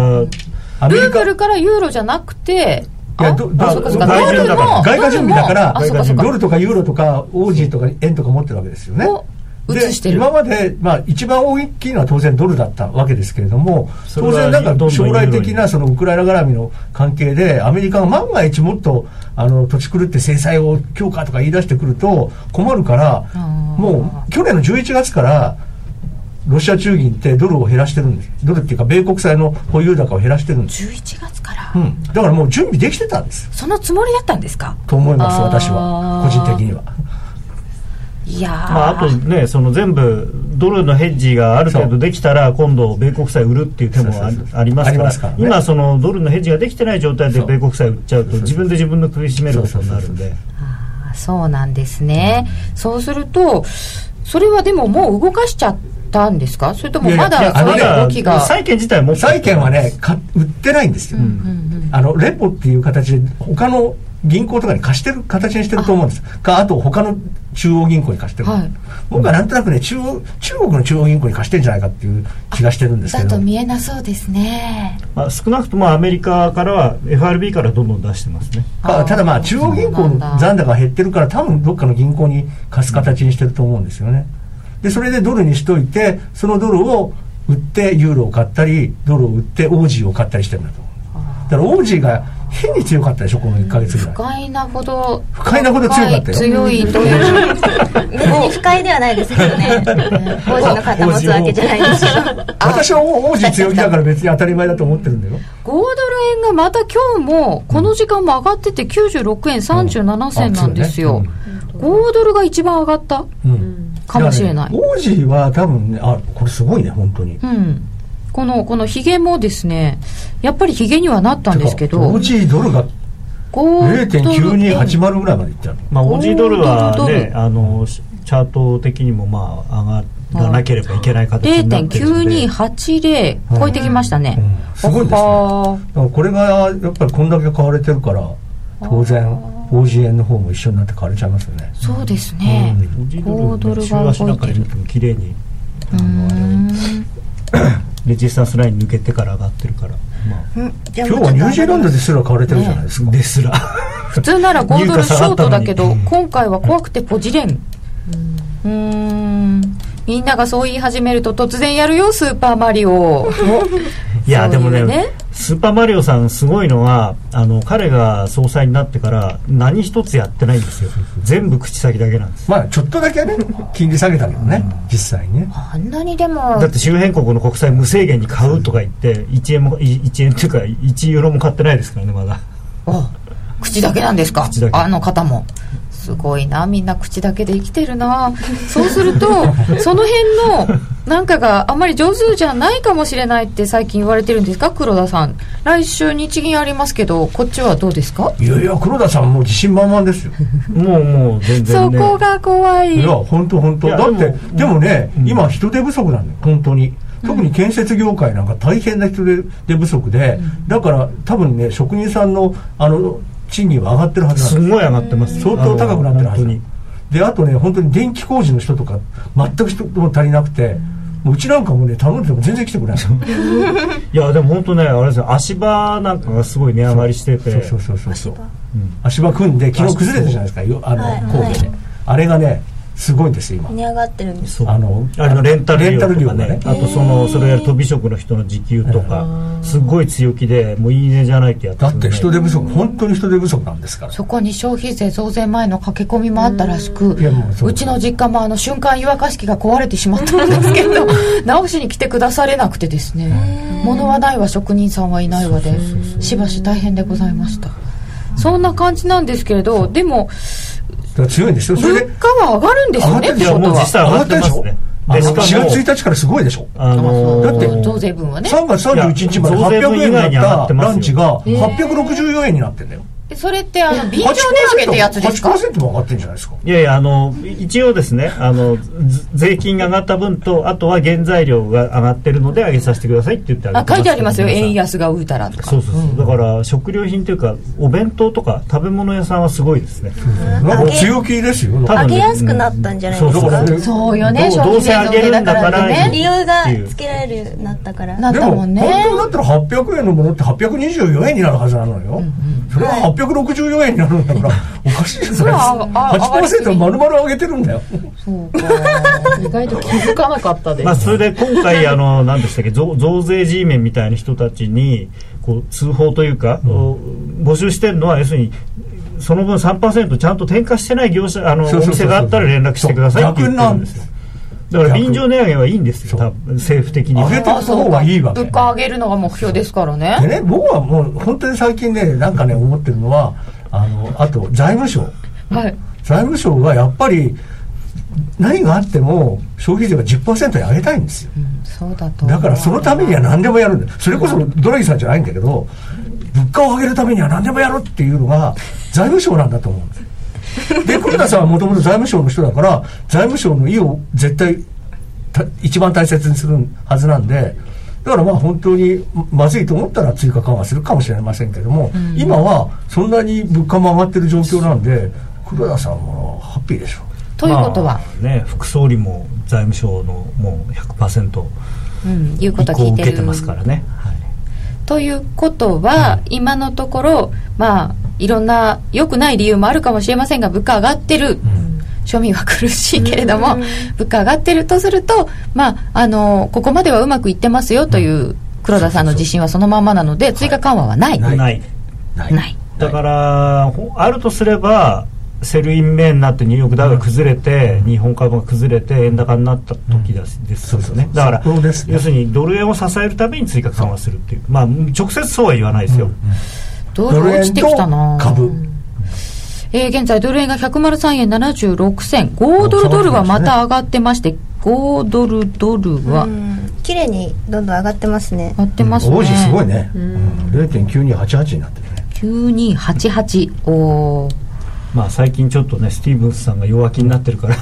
Speaker 2: アメ
Speaker 1: ル
Speaker 2: リ
Speaker 1: ー
Speaker 2: カ
Speaker 1: ブルからユーロじゃなくて
Speaker 2: いや
Speaker 1: あ
Speaker 2: どど
Speaker 1: あそうかそうか
Speaker 3: 外
Speaker 1: ド
Speaker 3: 人
Speaker 1: ル
Speaker 3: だ
Speaker 1: も
Speaker 3: から
Speaker 2: 外貨準備だから
Speaker 1: ドルもあそうかそうか
Speaker 2: ドルとかユーロとかオージーとか円とか持ってるわけですよね
Speaker 1: を移して
Speaker 2: で
Speaker 1: る
Speaker 2: 今まで、まあ、一番大きいのは当然ドルだったわけですけれども
Speaker 3: それ
Speaker 2: 当然
Speaker 3: は
Speaker 2: なん
Speaker 3: どんどん
Speaker 2: か将来的
Speaker 3: ユーロ
Speaker 2: な
Speaker 3: に
Speaker 2: そのウクライナ絡みの関係でアメリカが万が一もっとあの土地狂って制裁を強化とか言い出してくると困るから
Speaker 1: あー
Speaker 2: もう去年の11月からロシア中銀ってドルを減らしてるんですドルっていうか米国債の保有高を減らしてるんです、
Speaker 1: 11月から、
Speaker 2: うん、だからもう準備できてたんです
Speaker 1: そのつもりだったんですか
Speaker 2: と思います
Speaker 1: あー
Speaker 2: 私は個人的にはい
Speaker 1: やー、
Speaker 3: まあ、あとねその全部ドルのヘッジがある程
Speaker 2: そ
Speaker 3: 度
Speaker 2: う
Speaker 3: できたら今度米国債売るっていう手もあり
Speaker 2: そうそうそう
Speaker 3: ありますから
Speaker 2: ありますからね
Speaker 3: 今そのドルのヘッジができてない状態で
Speaker 2: そう
Speaker 3: 米国債売っちゃうと
Speaker 2: そうそう
Speaker 3: 自分で自分の首絞めることになるん
Speaker 2: そうそう
Speaker 3: で
Speaker 1: そうなんですね、そうするとそれはでももう動かしちゃったんですかそれともま
Speaker 2: いや
Speaker 1: だ
Speaker 2: いや
Speaker 1: その
Speaker 2: あのね
Speaker 1: 動きが
Speaker 3: 債券自体も
Speaker 2: 債券はねか売ってないんですよ、あのレポっていう形で他の銀行とかに貸してる形にしてると思うんですかあと他の中央銀行に貸してる、
Speaker 1: はい
Speaker 2: 僕はなんとなくね中央中国の中央銀行に貸してるんじゃないかっていう気がしてるんですけ
Speaker 1: だ
Speaker 2: ど
Speaker 1: と見えなそうですね
Speaker 3: まあ、少なくともアメリカからは FRB からどんどん出してますね
Speaker 2: あただまあ中央銀行の残高が減ってるから多分どっかの銀行に貸す形にしてると思うんですよねでそれでドルにしといてそのドルを売ってユーロを買ったりドルを売ってオージーを買ったりしてるんだと思うだからオージーが変に強かったでしょこの1ヶ月ぐ らい
Speaker 1: 不快なほど
Speaker 2: 不快なほど強かったよ
Speaker 1: 強いという
Speaker 5: 別に不快ではないですけどね王子の肩持つわけじゃないです けど
Speaker 2: 私はオージー強気だから別に当たり前だと思ってるんだよ
Speaker 1: 5ドル円がまた今日もこの時間も上がってて96円37銭なんですよ、
Speaker 2: うん
Speaker 1: 5ドルが一番上がった
Speaker 2: うん
Speaker 1: かもしれない、
Speaker 2: だからねオージーは多分ねあこれすごいね本当に
Speaker 1: うんこの、このヒゲもですね、やっぱりヒゲにはなったんですけど、
Speaker 2: 当時ドルが0.9280ぐらいまでいったの。
Speaker 3: まあ、オージードルは
Speaker 1: ドルド
Speaker 3: ね
Speaker 1: ル
Speaker 3: あのチャート的にもまあ上がらなければいけない形になってるので、
Speaker 1: 0.9280超えてきましたね。
Speaker 2: うんすごいですね
Speaker 1: あ
Speaker 2: だからこれがやっぱりこんだけ買われてるから当然 OG 円の方も一緒になって買われちゃいますよね。
Speaker 1: そうですね。
Speaker 3: オージードルの中足なんかで見ても綺麗にあ
Speaker 1: う
Speaker 3: のあれを
Speaker 1: ん
Speaker 3: レジスタンスライン抜けてから上がってるから、まあ、
Speaker 2: 今
Speaker 5: 今
Speaker 2: 日はニュージーランドですら買われてるじゃないですか。
Speaker 3: ですら
Speaker 1: 普通なら5ドルショートだけど
Speaker 3: 入荷下がったのに、
Speaker 1: 今回は怖くてポジレン。うーん。みんながそう言い始めると突然やるよ、スーパーマリ オ。
Speaker 3: いやでもね
Speaker 1: そういうね
Speaker 3: スーパーマリオさんすごいのはあの彼が総裁になってから何一つやってないんですよ全部口先だけなんで す
Speaker 2: まあちょっとだけね金利下げたけどね実際ね。
Speaker 1: あんなにでも
Speaker 3: だって周辺国の国債無制限に買うとか言って1円もい1円っていうか1ユーロも買ってないですからねまだ
Speaker 1: あ口だけなんですか
Speaker 3: 口だけ
Speaker 1: あの方もすごいなみんな口だけで生きてるなそうす るとその辺のなんかがあまり上手じゃないかもしれないって最近言われてるんですか黒田さん来週日銀ありますけどこっちはどうですか
Speaker 2: いやいや黒田さんもう自信満々ですよ。
Speaker 3: もうもう全
Speaker 1: そ
Speaker 3: 然ね
Speaker 1: こが怖い
Speaker 2: いや本当本当
Speaker 3: いや
Speaker 2: だって
Speaker 3: で
Speaker 2: で
Speaker 3: も
Speaker 2: もね、
Speaker 3: うん
Speaker 2: 今人手不足なんだよ本当に特に建設業界なんか大変な人手不足で、だから多分ね職人さんのあの賃金は上がってるはずなん
Speaker 3: す
Speaker 2: で
Speaker 3: ん
Speaker 2: す
Speaker 3: ごい上がってます
Speaker 2: 相当高くなってるはず
Speaker 3: あの本当に
Speaker 2: であとね本当に電気工事の人とか全く人も足りなくて、もううちなんかもね頼んでも全然来てくれない
Speaker 3: いやでも本当ねあれですよ足場なんかがすごい値上がりしてて
Speaker 2: そうそうそうそうそう足場組んで昨日崩れたじゃないですかよあの
Speaker 5: はい
Speaker 2: 神戸で、
Speaker 5: はい
Speaker 2: あれがねすごいんですよ今
Speaker 5: 値上がってるんです
Speaker 3: そう
Speaker 2: あの
Speaker 3: あれのレンタル
Speaker 2: レ
Speaker 3: 料とかね
Speaker 2: ンタル料が
Speaker 3: あとそのそれをやる飛び職の人の時給とかすっごい強気でもういいねじゃないってやって
Speaker 2: だ
Speaker 3: る
Speaker 2: っ
Speaker 3: んで
Speaker 2: て人手不足本当に人手不足なんですから
Speaker 1: そこに消費税増税前の駆け込みもあったらしく
Speaker 2: いやもうそう
Speaker 1: うちの実家もあの瞬間湯沸かし器が壊れてしまったんですけど直しに来てくだされなくてですね物はないわ職人さんはいないわでしばし大変でございましたそんな感じなんですけれどでも
Speaker 2: だから強いんですよそれ
Speaker 1: 物
Speaker 2: で
Speaker 1: 価は上がるんですよね
Speaker 2: 上
Speaker 1: って
Speaker 2: がってる
Speaker 3: いや
Speaker 1: こと
Speaker 3: もう実
Speaker 1: は
Speaker 3: 際上がってますね
Speaker 2: あの
Speaker 3: でし
Speaker 2: 4
Speaker 3: かも
Speaker 2: 月1日からすごいでしょ
Speaker 3: あの
Speaker 2: だって
Speaker 1: 増税分はね
Speaker 2: 3月31日まで800円
Speaker 3: いや増税分以外に上
Speaker 2: だ
Speaker 3: が
Speaker 2: っ
Speaker 3: ったてますよ
Speaker 2: ランチが864円になってんだよ
Speaker 1: それってあの便乗値上げってやつですか
Speaker 2: 8%, も上がってんじゃないですか
Speaker 3: いやいや、あの、一応ですね、あの、ず税金が上がった分と、あとは原材料が上がってるので上げさせてくださいって言って
Speaker 1: あ
Speaker 3: あげて
Speaker 1: 書いてありますよ円
Speaker 3: 安。
Speaker 1: 安がうたらとか
Speaker 3: そうそうそう。だから、食料品というか、お弁当とか食べ物屋さんはすごいですね。
Speaker 2: なんか強気ですよ
Speaker 3: 多
Speaker 5: 上
Speaker 3: 分
Speaker 5: げ
Speaker 3: ね
Speaker 5: やすくなったんじゃないです
Speaker 3: そう
Speaker 5: か
Speaker 3: そう
Speaker 1: そうよね
Speaker 3: どう
Speaker 1: 消費税
Speaker 3: どうせ
Speaker 1: 増
Speaker 3: 上げ
Speaker 1: 税
Speaker 3: る
Speaker 1: だ
Speaker 3: ん
Speaker 1: か
Speaker 3: だから
Speaker 1: らね
Speaker 5: 理由がつけられるようになったから
Speaker 1: なっ
Speaker 2: で
Speaker 1: たも
Speaker 2: も、
Speaker 1: んね
Speaker 2: 本当だったら800円のものって824円になるはずなのよ、それは864円になるんだから、おかしいじゃないですか
Speaker 1: それはああ上がりすぎ
Speaker 2: 8%丸々上げてるんだよ
Speaker 4: そうか。意外と気づかなかったで
Speaker 3: まあ、
Speaker 4: す。
Speaker 3: それで今回、あの、何でしたっけ、増増税 G メンみたいな人たちに、こう、通報というか、お募集してるのは、要するに、その分3%ちゃんと転嫁してない業者、あの、お
Speaker 2: そうそうそうそう
Speaker 3: 店があったら連絡してくださいって言ってるんですよ。だから、
Speaker 2: 逆
Speaker 3: 便乗値上げはいいんですよ、多分政府的には。
Speaker 2: 上げた方がいいわけ
Speaker 1: 物価上げるのが目標ですからね
Speaker 2: でね、僕はもう本当に最近ね、なんかね、思ってるのは、あの、あと財務省。
Speaker 1: はい
Speaker 2: 財務省がやっぱり、何があっても消費税は10%に上げたいんですよ。
Speaker 1: そうだと思う
Speaker 2: だからそのためには何でもやるんだよ。それこそドラギさんじゃないんだけど、物価を上げるためには何でもやるっていうのが財務省なんだと思うんですよ。で、黒田さんはもともと財務省の人だから、財務省の意を絶対た一番大切にするはずなんで、だからまあ本当にまずいと思ったら追加緩和するかもしれませんけども、今はそんなに物価も上がってる状況なんで、黒田さんもハッピーでしょ。
Speaker 1: ということは、
Speaker 3: まあね、副総理も財務省のもう100%
Speaker 1: うん、いうこ
Speaker 3: 移
Speaker 1: とは
Speaker 3: 行
Speaker 1: 聞
Speaker 3: を
Speaker 1: い
Speaker 3: 受
Speaker 1: て
Speaker 3: け
Speaker 1: る
Speaker 3: てますからね、はい
Speaker 1: ということは、今のところまあいろんな良くない理由もあるかもしれませんが物価上がってる、庶民は苦しいけれども、物価上がってるとするとまああのここまではうまくいってますよという黒田さんの自信はそのままなので追加緩和はない、
Speaker 2: はい
Speaker 3: ない
Speaker 2: ない
Speaker 1: ない
Speaker 3: だからほあるとすればセルインメインになってニューヨークダウが崩れて、日本株が崩れて円高になった時だしです
Speaker 2: そ
Speaker 3: よ
Speaker 2: うそう
Speaker 3: ね
Speaker 2: そう
Speaker 3: だから
Speaker 2: そこですね
Speaker 3: 要するにドル円を支えるために追加緩和するっていうまあ直接そうは言わないですよ、
Speaker 1: ドル落ちてきたな
Speaker 2: 株。
Speaker 1: えー現在ドル円が103円76銭5ドルドルはまた上がってまして5ドルドルは、
Speaker 5: うん綺麗にどんどん上がってますね
Speaker 1: 上がってますね。
Speaker 6: 王子すごいね、うん、0.9288になってるね
Speaker 1: 9288。おー。
Speaker 3: まあ最近ちょっとねスティーブンスさんが弱気になってるから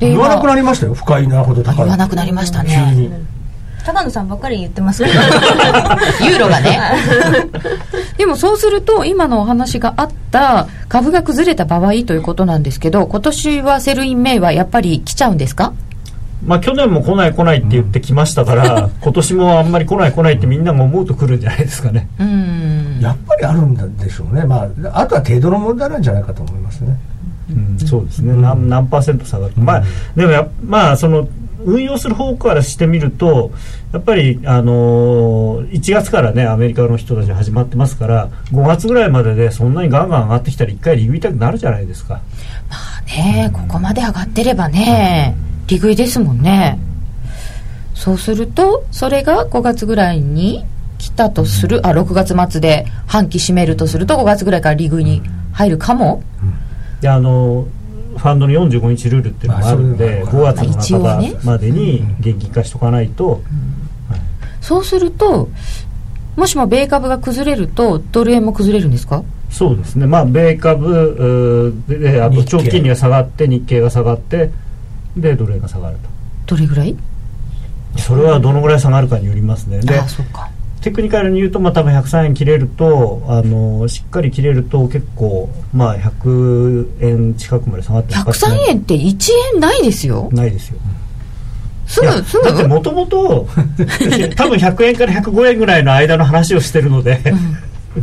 Speaker 2: 言わなくなりましたよ不快なほど高い
Speaker 1: 言わなくなりました
Speaker 2: 急
Speaker 1: ね。
Speaker 2: に
Speaker 5: 高野さんばっかり言ってますけど
Speaker 1: ユーロがね。 でもそうすると、今のお話があった株が崩れた場合ということなんですけど、今年はセルインメイはやっぱり来ちゃうんですか
Speaker 3: まあ去年も来ない来ないって言ってきましたから、今年もあんまり来ない来ないってみんなが思うと来るんじゃないですかね
Speaker 1: うーん。
Speaker 2: やっぱりあるんでしょうねまああとは程度の問題なんじゃないかと思いますね
Speaker 3: うんそうですね、何何パーセント下がるか、まあ、でもや、まあ、その運用する方からしてみると、やっぱり、あのー1月からね、アメリカの人たち始まってますから、5月ぐらいまでで、そんなにガンガン上がってきたら、1回、利食いたくなるじゃないですか、
Speaker 1: ねえ、ここまで上がってればね、利食いですもんね。そうすると、それが5月ぐらいに来たとする、あ、6月末で半期締めるとすると、5月ぐらいから利食いに入るかも。
Speaker 3: であのーファンドの45日ルールっていうのがあるんで、
Speaker 2: まあ
Speaker 3: 5
Speaker 2: そう
Speaker 3: 月の
Speaker 1: まあ
Speaker 3: 半
Speaker 1: 一応ね
Speaker 3: ばまでに現金化しとかないと、
Speaker 1: そうすると、もしも米株が崩れると、ドル円も崩れるんですか
Speaker 3: そうですね、まあ、米株うーで、あと長期金利が下がって、日経が下がって、で、ドル円が下がると。
Speaker 1: どれぐらい
Speaker 3: それはどのぐらい下がるかによりますね。で
Speaker 1: ああ、そうか。
Speaker 3: テクニカルに言うと、まあ、多分103円切れるとあのしっかり切れると結構、まあ、100円近くまで下がってもおかしく
Speaker 1: 103
Speaker 3: ない
Speaker 1: 円って1円ないですよ。
Speaker 3: ないですよ
Speaker 1: す
Speaker 3: い
Speaker 1: ぐ
Speaker 3: や、
Speaker 1: すぐ。
Speaker 3: だっても ともと多分100円から105円ぐらいの間の話をしてるので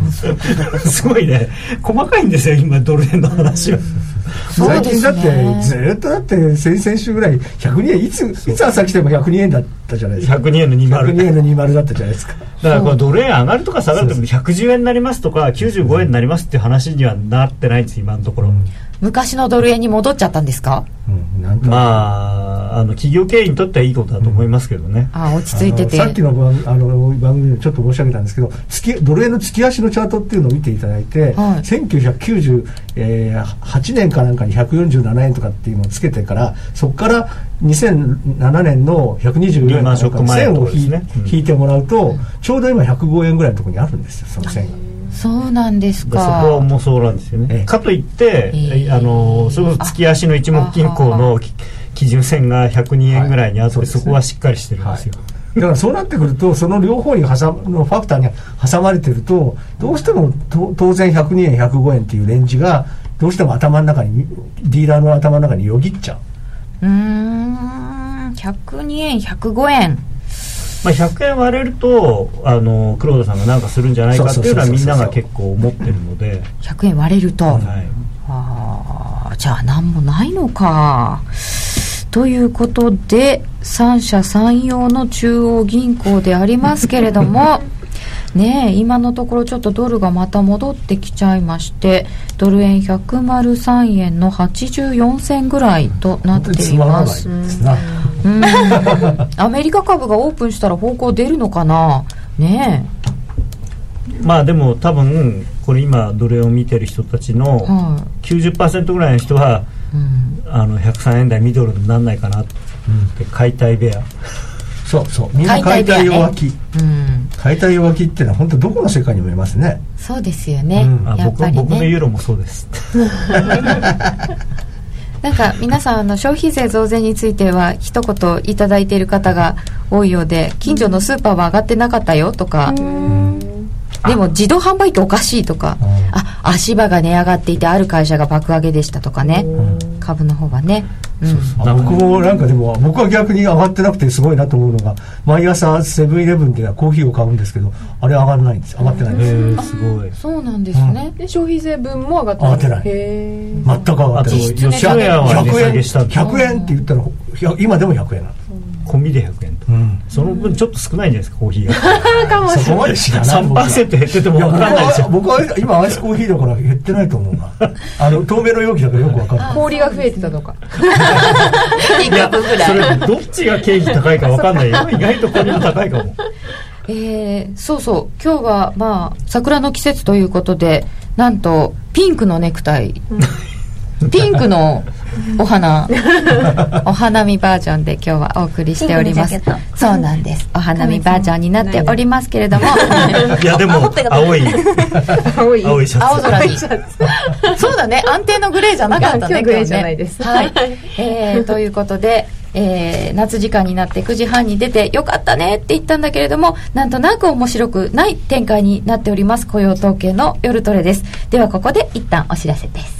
Speaker 3: すごいね細かいんですよ今ドル円の話は、
Speaker 1: そう
Speaker 2: 最
Speaker 1: で
Speaker 2: 近
Speaker 1: す
Speaker 2: だっ
Speaker 1: ね
Speaker 2: てずっとだって先々週ぐらい102円いついつ朝来ても102円だったじゃないですか
Speaker 3: 102円の20
Speaker 2: 102円の20だったじゃないですか
Speaker 3: だからこれドル円上がるとか下がるとか110円になりますとか95円になりますっていう話にはなってないんです今のところ、
Speaker 1: 昔のドル円に戻っちゃったんですか
Speaker 2: うんなんと
Speaker 3: まあ、あの企業経営にとってはいいことだと思いますけどね。
Speaker 1: ああ、落ち着いてて。
Speaker 2: あのさっきの番あの番組でもちょっと申し上げたんですけど月ドル円の月足のチャートっていうのを見ていただい
Speaker 1: は
Speaker 2: て、
Speaker 1: い
Speaker 2: 1998年かなんかに147円とかっていうのをつけてからそこから2007年の124円
Speaker 3: リーマンショック前
Speaker 2: 線
Speaker 3: のとこ
Speaker 2: を
Speaker 3: ろです
Speaker 2: 引,、
Speaker 3: ねうん
Speaker 2: いてもらうとちょうど今105円ぐらいのところにあるんですよその線が。
Speaker 1: そうなんです
Speaker 3: でそこ
Speaker 1: か。
Speaker 3: はもうそうなんですよ
Speaker 2: え
Speaker 3: ね。
Speaker 2: え
Speaker 3: かといって、
Speaker 1: ええ
Speaker 3: あのそれこそ月足の一目均衡のき基準線が102円ぐらいにあって、
Speaker 2: はい
Speaker 3: そこはしっかりしてるんですよ。
Speaker 2: だからそうなってくると、その両方に挟むのファクターに挟まれてると、どうしてもと当然102円、105円っていうレンジが、どうしても頭の中に、ディーラーの頭の中によぎっちゃう。
Speaker 1: うーん、102円、105円。
Speaker 3: まあ、100円割れるとあの黒田さんが何かするんじゃないかっていうのは
Speaker 2: そうそうそうそう
Speaker 3: みんなが結構思ってるので、
Speaker 1: 100円割れると。
Speaker 3: はい、
Speaker 1: ああ、じゃあ何もないのか。ということで、三者三様の中央銀行でありますけれど も、ねえ、今のところちょっとドルがまた戻ってきちゃいまして、ドル円103円の84銭ぐらいとなっ
Speaker 2: 本当に
Speaker 1: て
Speaker 2: つ
Speaker 1: い
Speaker 2: まら
Speaker 1: ま
Speaker 2: ない
Speaker 1: す。
Speaker 2: ですな。
Speaker 1: うんアメリカ株がオープンしたら方向出るのかなね
Speaker 3: まあでも多分これ今奴隷を見てる人たち
Speaker 1: え。
Speaker 3: の
Speaker 1: は
Speaker 3: 90%ぐらいの人は、
Speaker 1: い。うん。
Speaker 3: あの103円台ミドルになんないかなって、解体ベア。
Speaker 2: そうそう。みんな
Speaker 1: 解
Speaker 2: 解
Speaker 1: 体だ
Speaker 2: 体
Speaker 1: よね
Speaker 2: 弱気。
Speaker 1: うん。
Speaker 2: 解体弱気っていうのは本当どこの世界にもいますね。
Speaker 1: そうですよね。
Speaker 2: うん
Speaker 3: あ
Speaker 1: やっ
Speaker 3: 僕
Speaker 1: ぱりね。
Speaker 3: 僕のユーロもそ うです。
Speaker 1: なんか皆さんあの消費税増税については一言いただいている方が多いようで近所のスーパーは上がってなかったよとかでも自動販売機おかしいとかあ足場が値上がっていてある会社が爆上げでしたとかね株の方はね、うん、
Speaker 2: あ僕もなんかでも、僕は逆に上がってなくてすごいなと思うのが、毎朝セブンイレブンでコーヒーを買うんですけど、あれ上がらないんです。上がってないんです。
Speaker 3: えすごい。
Speaker 1: そうなんですね、
Speaker 4: で消費税分も上がって
Speaker 2: 上がってない
Speaker 4: へー
Speaker 2: 全く上が
Speaker 3: あ
Speaker 2: って
Speaker 3: と、
Speaker 2: ない。
Speaker 3: 吉野家は値下げしたんで
Speaker 2: 100円って言ったら、ひゃ今でも100円なの。
Speaker 3: 込みで100円と。
Speaker 2: うん
Speaker 3: その分ちょっと少ないんじゃないですか、コーヒーが。
Speaker 2: そこまで知らない。
Speaker 3: 3%減ってても
Speaker 2: いや
Speaker 3: 分
Speaker 2: 僕
Speaker 3: かんないです
Speaker 2: は
Speaker 3: よ。
Speaker 2: 僕は今アイスコーヒーだから減ってないと思うなあの透明の容器だからよくわかる
Speaker 4: 氷が増えてたのか
Speaker 3: いや、それ、どっちが経費高いか分かん ないよ。意外とこれも高いかも。
Speaker 1: えーそうそう今日はまあ桜の季節ということでなんとピンクのネクタイピンク のお花お花見バージョンで今日はお送りしております
Speaker 5: ピンクのジャケット
Speaker 1: そうなんですお花見バージョンになっておりますけれども
Speaker 3: いやで
Speaker 5: あほ
Speaker 3: も
Speaker 5: っぺが
Speaker 3: 青い
Speaker 4: 青い
Speaker 3: 青いシャツ
Speaker 1: 青空に
Speaker 4: シャツ
Speaker 1: そうだね安定のグレーじゃなかったね
Speaker 4: いや今日グレーじゃない
Speaker 1: 今日ね
Speaker 4: です
Speaker 1: はい、えーということで、えー夏時間になって9時半に出てよかったねって言ったんだけれどもなんとなく面白くない展開になっております雇用統計の夜トレですではここで一旦お知らせです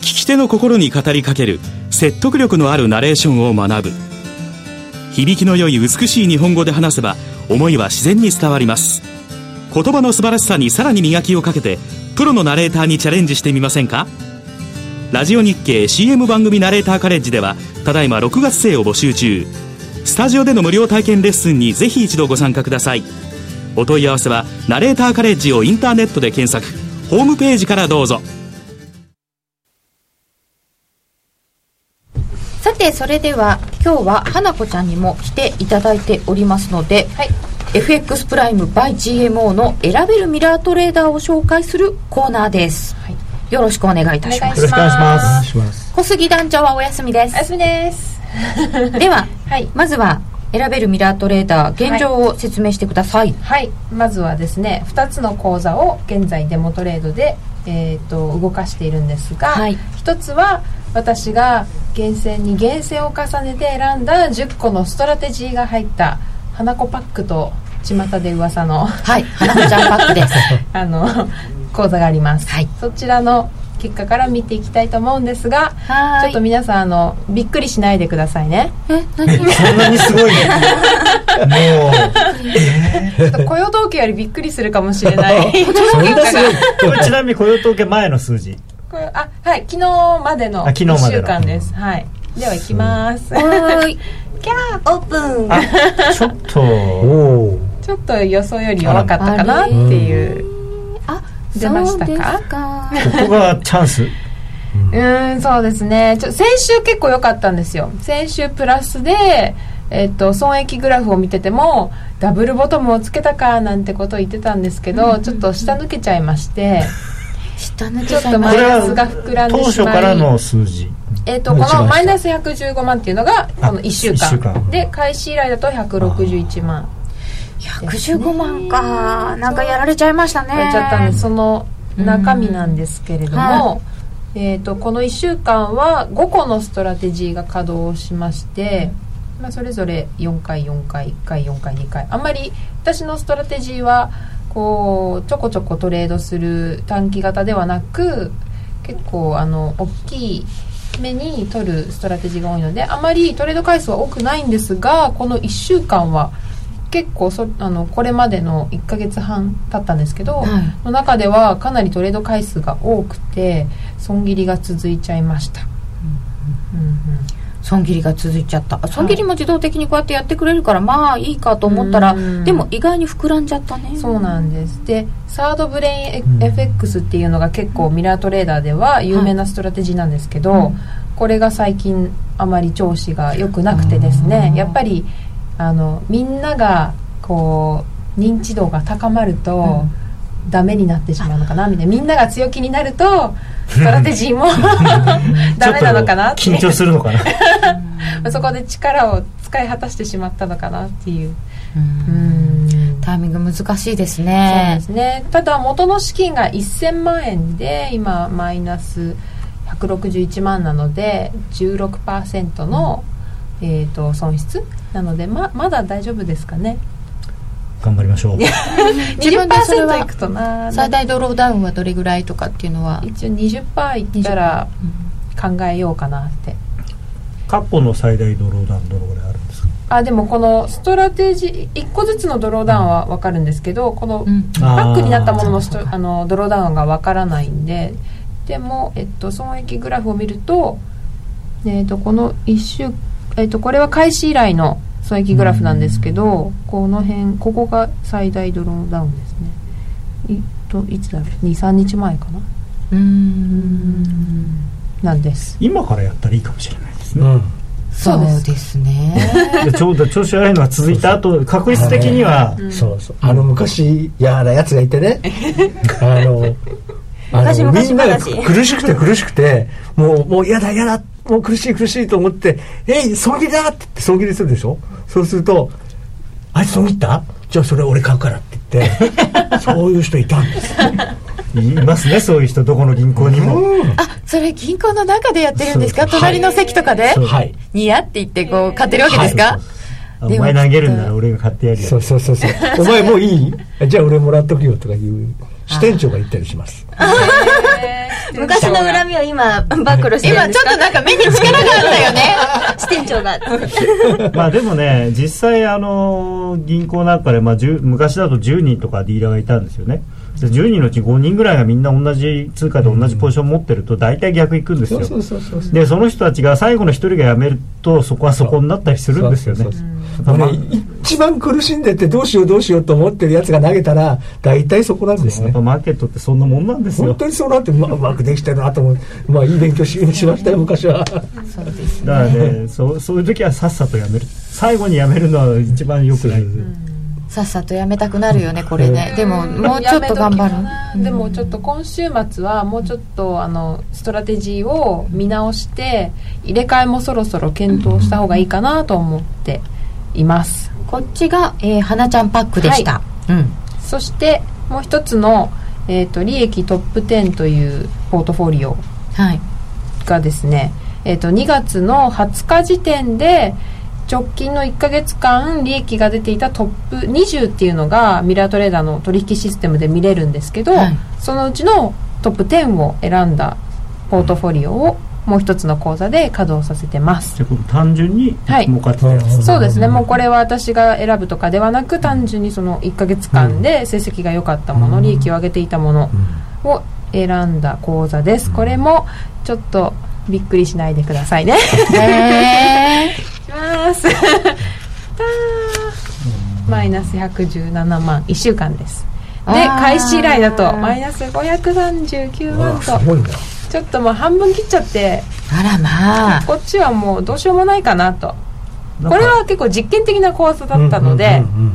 Speaker 7: 聞き手の心に語りかける説得力のあるナレーションを学ぶ響きの良い美しい日本語で話せば思いは自然に伝わります言葉の素晴らしさにさらに磨きをかけてプロのナレーターにチャレンジしてみませんかラジオ日経 CM 番組ナレーターカレッジではただいま6月生を募集中スタジオでの無料体験レッスンにぜひ一度ご参加くださいお問い合わせはナレーターカレッジをインターネットで検索ホームページからどうぞ
Speaker 1: さてそれでは今日は花子ちゃんにも来ていただいておりますので、FX プライム by GMO の選べるミラートレーダーを紹介するコーナーです、よろしくお願いいたしま
Speaker 4: お
Speaker 1: す
Speaker 3: よろしくお願いします
Speaker 1: 小杉団長はお休みです
Speaker 4: おやすみです
Speaker 1: では、
Speaker 4: はい
Speaker 1: まずは選べるミラートレーダー現状を説明してください、
Speaker 4: はいまずはですね2つの口座を現在デモトレードで、えー、と動かしているんですが、
Speaker 1: はい
Speaker 4: 1つは私が厳選に厳選を重ねて選んだ10個のストラテジーが入った花子パックと巷で噂の
Speaker 1: はい、花子ちゃんパックです
Speaker 4: あの口座があります、
Speaker 1: はい
Speaker 4: そちらの結果から見ていきたいと思うんですが
Speaker 1: は
Speaker 4: ち
Speaker 1: ー
Speaker 4: ょっと皆さんあのびっくりしないでくださいね
Speaker 1: え何
Speaker 3: そんなに すごいのもう
Speaker 4: ちょっと雇用統計よりびっくりするかもしれない
Speaker 2: それがすごい
Speaker 3: これちなみに雇用統計前の数字
Speaker 4: これあはい昨日までの
Speaker 3: あ昨日ま
Speaker 4: 1
Speaker 3: での
Speaker 4: 週間ですはいでは行きます
Speaker 1: はーい
Speaker 5: オープン
Speaker 3: あちょっ
Speaker 2: お
Speaker 3: と
Speaker 2: お
Speaker 4: ちょっと予想より弱かったかなっていう出ましたか
Speaker 1: そうですか
Speaker 3: ここがチャンス
Speaker 4: うーんそうですねちょ先週結構良かったんですよ先週プラスでえっと、損益グラフを見ててもダブルボトムをつけたかなんてことを言ってたんですけど、ちょっと下抜けちゃいまして
Speaker 1: 下抜け
Speaker 4: ちょっ
Speaker 1: ちゃい
Speaker 4: と
Speaker 1: ま
Speaker 4: マイ
Speaker 1: す
Speaker 4: ナスが膨らん
Speaker 3: 当
Speaker 4: でし
Speaker 3: 初
Speaker 4: まい
Speaker 3: からの数字
Speaker 4: えー、とこのマイナス115万っていうのがこの1週間
Speaker 3: 一週間
Speaker 4: で開始以来だと161万
Speaker 1: 115万かなんかやられちゃいましたね
Speaker 4: やっちゃったんですその中身なんですけれども、えー、とこの1週間は5個のストラテジーが稼働しまして、まあ、それぞれ4回4回1回4回2回あんまり私のストラテジーはこうちょこちょこトレードする短期型ではなく結構あの大きい目に取るストラテジーが多いのであまりトレード回数は多くないんですがこの1週間は結構そあのこれまでの1ヶ月半経ったんですけど、
Speaker 1: はい
Speaker 4: の中ではかなりトレード回数が多くて損切りが続いちゃいました、うん
Speaker 1: 損切りが続いちゃったあ損切りも自動的にこうやってやってくれるからまあいいかと思ったら
Speaker 4: うん
Speaker 1: でも意外に膨らんじゃったね
Speaker 4: うんそうなんですでサードブレイン FX っていうのが結構ミラートレーダーでは有名なストラテジーなんですけど、これが最近あまり調子が良くなくてですねやっぱりあのみんながこう認知度が高まると、ダメになってしまうのかなみたいなみんなが強気になるとストラテジ ーも ダメなのかなって
Speaker 3: ちょっと緊張するのかな
Speaker 4: そこで力を使い果たしてしまったのかなっていう。
Speaker 1: うん
Speaker 4: うん
Speaker 1: タイミング難しいです
Speaker 4: そう
Speaker 1: ね
Speaker 4: ですね。ただ元の資金が1000万円で今マイナス161万なので16%の、えー、と損失なのでままだ大丈夫ですかね
Speaker 3: 頑張りましょう
Speaker 1: 自分でそれは
Speaker 4: 20%いくとな
Speaker 1: 最大ドローダウンはどれぐらいとかっていうのは
Speaker 4: 一応20%いったら考えようかなって
Speaker 3: 過去の最大ドローダウンどのぐらいあるんですか
Speaker 4: あでもこのストラテジー1個ずつのドローダウンは分かるんですけどこの
Speaker 1: うん
Speaker 4: バックになったものの
Speaker 3: あー
Speaker 4: ストあのドローダウンがわからないんででも、えっと、損益グラフを見ると,、えっとこの一週、えっと、これは開始以来の損益グラフなんですけど、この辺ここが最大ドローダウンですね。いといつだろう23日前かな
Speaker 1: うん
Speaker 4: なんです
Speaker 3: 今からやったらいいかもしれないですね、
Speaker 8: うん
Speaker 1: そうですね
Speaker 3: でちょうど調子悪いのが続いた後確率的には
Speaker 2: そうそうあの昔嫌なやつがいて ねあのあ
Speaker 5: 昔
Speaker 2: の
Speaker 5: 々
Speaker 2: みんなが
Speaker 5: 話
Speaker 2: 苦しくて苦しくてもうもう嫌だ嫌だもう苦しい苦しいと思って「えい損切りだ!」って言って損切りするでしょそうすると「あいつ損切ったじゃあそれ俺買うから」って言って そういう人いたんです
Speaker 3: いますねそういう人どこの銀行にも、
Speaker 1: あそれ銀行の中でやってるんですか
Speaker 2: そうそう
Speaker 1: 隣の席とかで、
Speaker 3: そう
Speaker 2: はい
Speaker 1: にやって言ってこう買ってるわけですか、
Speaker 3: あお
Speaker 1: でも
Speaker 3: 前投げるんなら俺が買ってやるよ
Speaker 2: そうそうそう そう「お前もういいじゃあ俺もらっとくよ」とかいう支店長が言ったりします
Speaker 5: 昔の恨みを今暴露してる
Speaker 1: 今
Speaker 5: んで
Speaker 1: ち
Speaker 5: す
Speaker 1: ょっ
Speaker 5: か
Speaker 1: となんか目に力があったよね
Speaker 5: 支店長が
Speaker 3: まあでもね、実際、あの、銀行なんかで、まあ、10昔だと10人とかディーラーがいたんですよね。で10人のうち5人ぐらいがみんな同じ通貨で同じポジション持ってると大体逆いくんですよ。
Speaker 2: そうそうそうそう
Speaker 3: で、その人たちが最後の1人が辞めるとそこはそこになったりするんですよね
Speaker 2: そうそう。
Speaker 3: まあまあ
Speaker 2: 俺一番苦しんでてどうしようどうしようと思ってるやつが投げたら大体そこなんです
Speaker 3: やっ
Speaker 2: ね
Speaker 3: ぱマーケットってそんなもんなんです
Speaker 2: 本
Speaker 3: よ。
Speaker 2: 当にそうなってうまうまくできたなと思うまあいい勉強ししましたよ昔は
Speaker 1: そうです
Speaker 3: だからね、そうそういう時はさっさと辞める。最後に辞めるのは一番良くない。
Speaker 1: さっさとやめたくなるよねこれねでももうちょっと頑張
Speaker 4: やめときかな
Speaker 1: る
Speaker 4: でもちょっと今週末はもうちょっとあのストラテジーを見直して入れ替えもそろそろ検討した方がいいかなと思っています
Speaker 1: こっちが、えー、花ちゃんパックでした、うん
Speaker 4: そしてもう一つの、えー、と利益トップ10というポートフォリオ
Speaker 1: はい
Speaker 4: がですね、えー、と2月の20日時点で直近の1ヶ月間利益が出ていたトップ20っていうのがミラートレーダーの取引システムで見れるんですけど、
Speaker 1: はい
Speaker 4: そのうちのトップ10を選んだポートフォリオをもう一つの口座で稼働させてます。
Speaker 3: じゃあこれ単純に
Speaker 4: はい
Speaker 3: 儲かってたやつ。
Speaker 4: そうですねもうこれは私が選ぶとかではなく単純にその1ヶ月間で成績が良かったもの、利益を上げていたものを選んだ口座です、これもちょっとびっくりしないでくださ いね
Speaker 1: へー
Speaker 4: いきます。たーマイナス117万1週間です。
Speaker 1: あ
Speaker 4: で
Speaker 1: ー
Speaker 4: 開始以来だとマイナス539万
Speaker 2: あす
Speaker 4: と
Speaker 2: ごいな
Speaker 4: ちょっともう半分切っちゃって
Speaker 1: あらまあ
Speaker 4: こっちはもうどうしようもないかなと
Speaker 3: なん
Speaker 4: こ
Speaker 3: か
Speaker 4: れは結構実験的な怖さだったので
Speaker 2: うんうんうんうん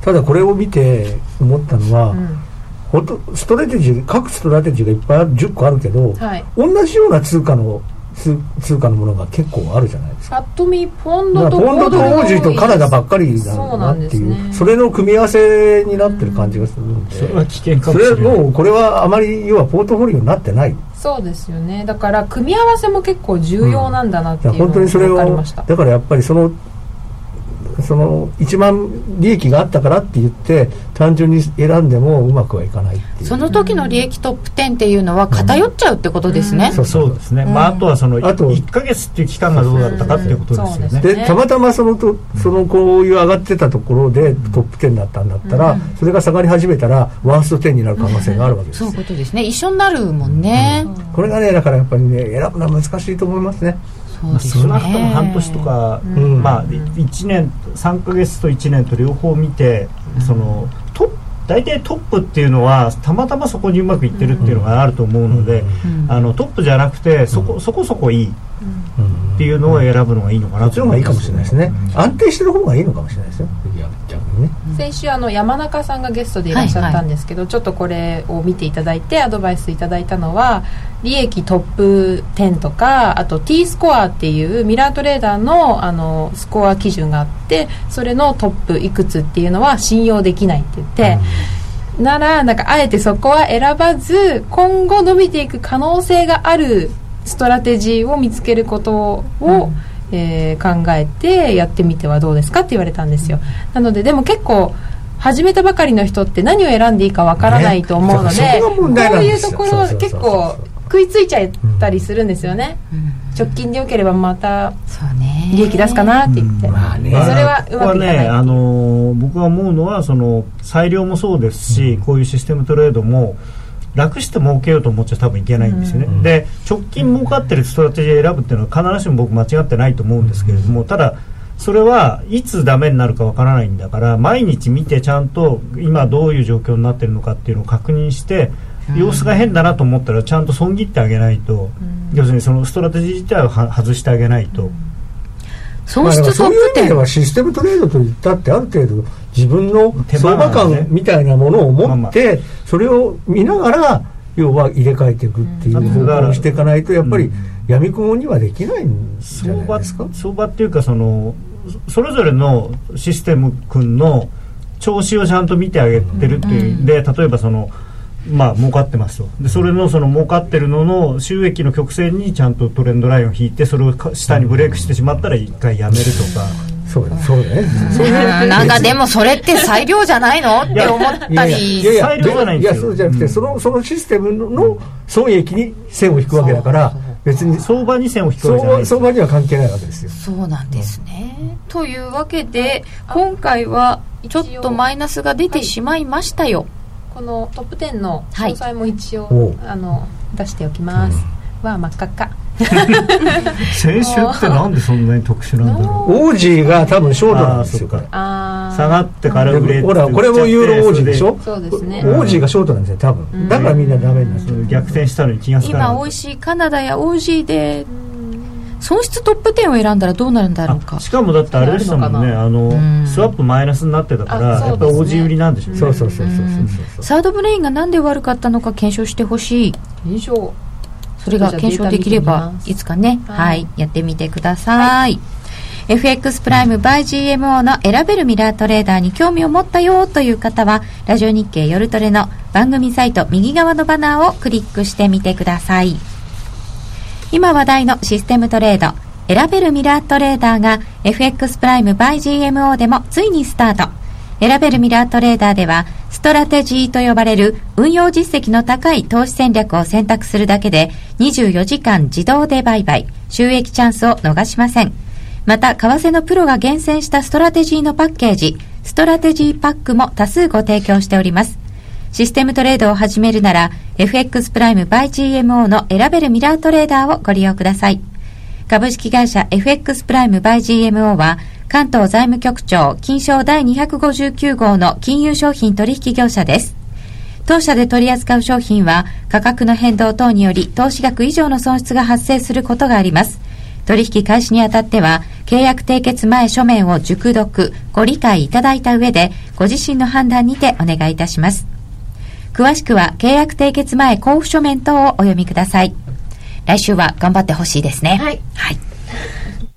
Speaker 2: ただこれを見て思ったのは、
Speaker 4: うん
Speaker 2: ほんとストラテジー各ストラテジーがいっぱいある10個あるけど、
Speaker 4: はい
Speaker 2: 同じような通貨の通通貨のものが結構あるじゃないですか
Speaker 4: ぱっと見ポン
Speaker 2: ま
Speaker 4: ド
Speaker 2: あ
Speaker 4: と
Speaker 2: ポンドとオ
Speaker 4: 豪
Speaker 2: ージーとカナダばっかりだ
Speaker 4: そう
Speaker 2: な
Speaker 4: なん
Speaker 2: っ
Speaker 4: で
Speaker 2: て
Speaker 4: す
Speaker 2: いうそ
Speaker 4: ね
Speaker 2: れの組み合わせになってる感じがするんで
Speaker 3: それは危険か
Speaker 2: そ
Speaker 3: もし
Speaker 2: れ
Speaker 3: れ
Speaker 2: は
Speaker 3: ない。
Speaker 2: もうこれはあまり要はポートフォリオになってない
Speaker 4: そうですよねだから組み合わせも結構重要なんだなって
Speaker 2: だ
Speaker 4: い
Speaker 2: から
Speaker 4: う
Speaker 2: 本
Speaker 4: の
Speaker 2: 当にそれ
Speaker 4: が分
Speaker 2: を
Speaker 4: かりました、
Speaker 2: だからやっぱりそのその一番利益があったからって言って単純に選んでもうまくはいかないっていう
Speaker 1: その時の利益トップ10っていうのは偏っちゃうってことですね、
Speaker 2: そう
Speaker 3: そうですね、まあ、あとはその
Speaker 2: あと
Speaker 3: 1か月っていう期間がどうだったかっていうことですよ
Speaker 4: うんそう
Speaker 3: ね。
Speaker 4: で
Speaker 2: です
Speaker 4: ね
Speaker 2: たまたまそのとそのこういう上がってたところでトップ10になったんだったら、それが下がり始めたらワースト10になる可能性があるわけです
Speaker 1: そう
Speaker 2: よ
Speaker 1: いうことですね一緒になるもんね、
Speaker 2: これがねだからやっぱりね選ぶのは難しいと思いますね
Speaker 1: そう
Speaker 3: まあ
Speaker 1: ですね
Speaker 3: 少なくとも半年とか、
Speaker 2: ん
Speaker 3: まあ、1年3か月と1年と両方見てそのトップ大体トップっていうのはたまたまそこにうまくいってるっていうのがあると思うので、
Speaker 1: うん
Speaker 3: あのトップじゃなくてそこ,、そこそこいいっていうのを選ぶのがいいのかな
Speaker 2: そっちの方がいいかもしれないですね、安定してる方がいいのかもしれないですよ逆にね
Speaker 4: 先週あの山中さんがゲストでいらっしゃったんですけど、ちょっとこれを見ていただいてアドバイスいただいたのは利益トップ10とかあと T スコアっていうミラートレーダーのあのスコア基準があってそれのトップいくつっていうのは信用できないって言って。ならなんかあえてそこは選ばず今後伸びていく可能性があるストラテジーを見つけることを、えー考えてやってみてはどうですかって言われたんですよ、なのででも結構始めたばかりの人って何を選んでいいかわからないと思うので、
Speaker 2: ねそこが
Speaker 4: こ
Speaker 2: 問題な
Speaker 4: うんい
Speaker 2: で
Speaker 4: う
Speaker 2: すよ
Speaker 4: とこ
Speaker 2: そうそう
Speaker 4: ろ
Speaker 2: そう
Speaker 4: 結
Speaker 2: そう
Speaker 4: 構食いついちゃったりするんですよね、直近でよければまた
Speaker 1: そうね
Speaker 4: 利益出すかなって言って、
Speaker 2: まあね
Speaker 4: それは
Speaker 3: こ
Speaker 4: う
Speaker 3: こ
Speaker 4: ま
Speaker 3: は
Speaker 4: くいかない、
Speaker 3: ね、あのー僕が思うのはその裁量もそうですし、こういうシステムトレードも楽して儲けようと思っちゃ多分いけないんですよね、で直近儲かってるストラテジーを選ぶっていうのは必ずしも僕間違ってないと思うんですけれども、ただそれはいつダメになるかわからないんだから毎日見てちゃんと今どういう状況になってるのかっていうのを確認して様子が変だなと思ったらちゃんと損切ってあげないと、要するにそのストラテジー自体をは外してあげないと、
Speaker 1: 損失ト
Speaker 2: そう
Speaker 1: ッ
Speaker 2: いう
Speaker 1: プ
Speaker 2: 意味で
Speaker 1: 10
Speaker 2: はシステムトレードといったってある程度自分の
Speaker 3: 手間
Speaker 2: 相
Speaker 3: な
Speaker 2: 場
Speaker 3: んですね
Speaker 2: 感みたいなものを
Speaker 3: まあ
Speaker 2: 持
Speaker 3: ま
Speaker 2: っ
Speaker 3: あ
Speaker 2: てそれを見ながら要は入れ替えていくっていう
Speaker 3: うん
Speaker 2: 方向にしていかないとやっぱ
Speaker 3: う
Speaker 2: り
Speaker 3: ん
Speaker 2: 闇雲にはできないんじゃ
Speaker 3: 相
Speaker 2: ない
Speaker 3: 場
Speaker 2: ですか。
Speaker 3: 相場っていうかそのそそれぞれのシステム君の調子をちゃんと見てあげてるっていう、で例えばそのまあ儲かってますとでそれのその儲かってるのの収益の曲線にちゃんとトレンドラインを引いてそれをか下にブレイクしてしまったら一回やめるとか、
Speaker 2: そうだそうだね。
Speaker 1: うん なんかでもそれって裁量じゃないのって思っ
Speaker 2: い
Speaker 1: た
Speaker 2: やいや
Speaker 1: り
Speaker 2: いやいや
Speaker 3: 裁量じゃないんですよ
Speaker 2: やそうじゃなくて、
Speaker 3: うん
Speaker 2: そのそのシステムの損益に線を引くわけだから別に
Speaker 3: 相場に線を引くわけじゃな
Speaker 2: 相
Speaker 3: いです
Speaker 2: 相場には関係ないわけですよ。
Speaker 1: そうなんですね、というわけで今回はちょっとマイナスが出てしまいましたよ、
Speaker 4: このトップ10の詳細も一応、
Speaker 2: おう
Speaker 4: あの出しておきます、は真っ赤っか
Speaker 3: 先週ってなんでそんなに特殊なんだろ
Speaker 2: オージーが多分ショー
Speaker 3: う
Speaker 2: トな
Speaker 3: あ
Speaker 2: ん
Speaker 3: あ
Speaker 2: です
Speaker 3: そ
Speaker 2: よ。
Speaker 3: っか
Speaker 4: あー
Speaker 3: 下がってから売れ
Speaker 2: でほらこれもユーロ王子でしょ。
Speaker 4: そうですね
Speaker 2: 王子がショートなんですよ多分。だからみんなダメになっちゃう。
Speaker 3: 逆転したのに気がつかない
Speaker 1: 今 OEC カナダや OG で損失トップ10を選んだらどうなるんだろうか
Speaker 3: あしかもだってあれでしたもんねあの
Speaker 1: うん
Speaker 3: スワップマイナスになってたから
Speaker 4: あ
Speaker 3: や
Speaker 4: そう
Speaker 3: っ
Speaker 4: ですね
Speaker 3: ぱり OG 売りなんでしょうね
Speaker 2: そうそうそうそうそうそう。
Speaker 1: サードブレインが何で悪かったのか検証してほしい
Speaker 4: 以上
Speaker 1: それが検証できればいつかね、は
Speaker 4: はいい、
Speaker 1: やってみてください。FX プライム by GMO の選べるミラートレーダーに興味を持ったよという方は、ラジオ日経夜トレの番組サイト右側のバナーをクリックしてみてください。今話題のシステムトレード、選べるミラートレーダーが FX プライム by GMO でもついにスタート。選べるミラートレーダーでは、ストラテジーと呼ばれる運用実績の高い投資戦略を選択するだけで、24時間自動で売買、収益チャンスを逃しません。また、為替のプロが厳選したストラテジーのパッケージ、ストラテジーパックも多数ご提供しております。システムトレードを始めるなら、FX プライム by GMO の選べるミラートレーダーをご利用ください。株式会社 FX プライム by GMO は、関東財務局長金賞第259号の金融商品取引業者です。当社で取り扱う商品は価格の変動等により投資額以上の損失が発生することがあります。取引開始にあたっては契約締結前書面を熟読、ご理解いただいた上でご自身の判断にてお願いいたします。詳しくは契約締結前交付書面等をお読みください。来週は頑張ってほしいですね。
Speaker 5: はい。
Speaker 1: はい。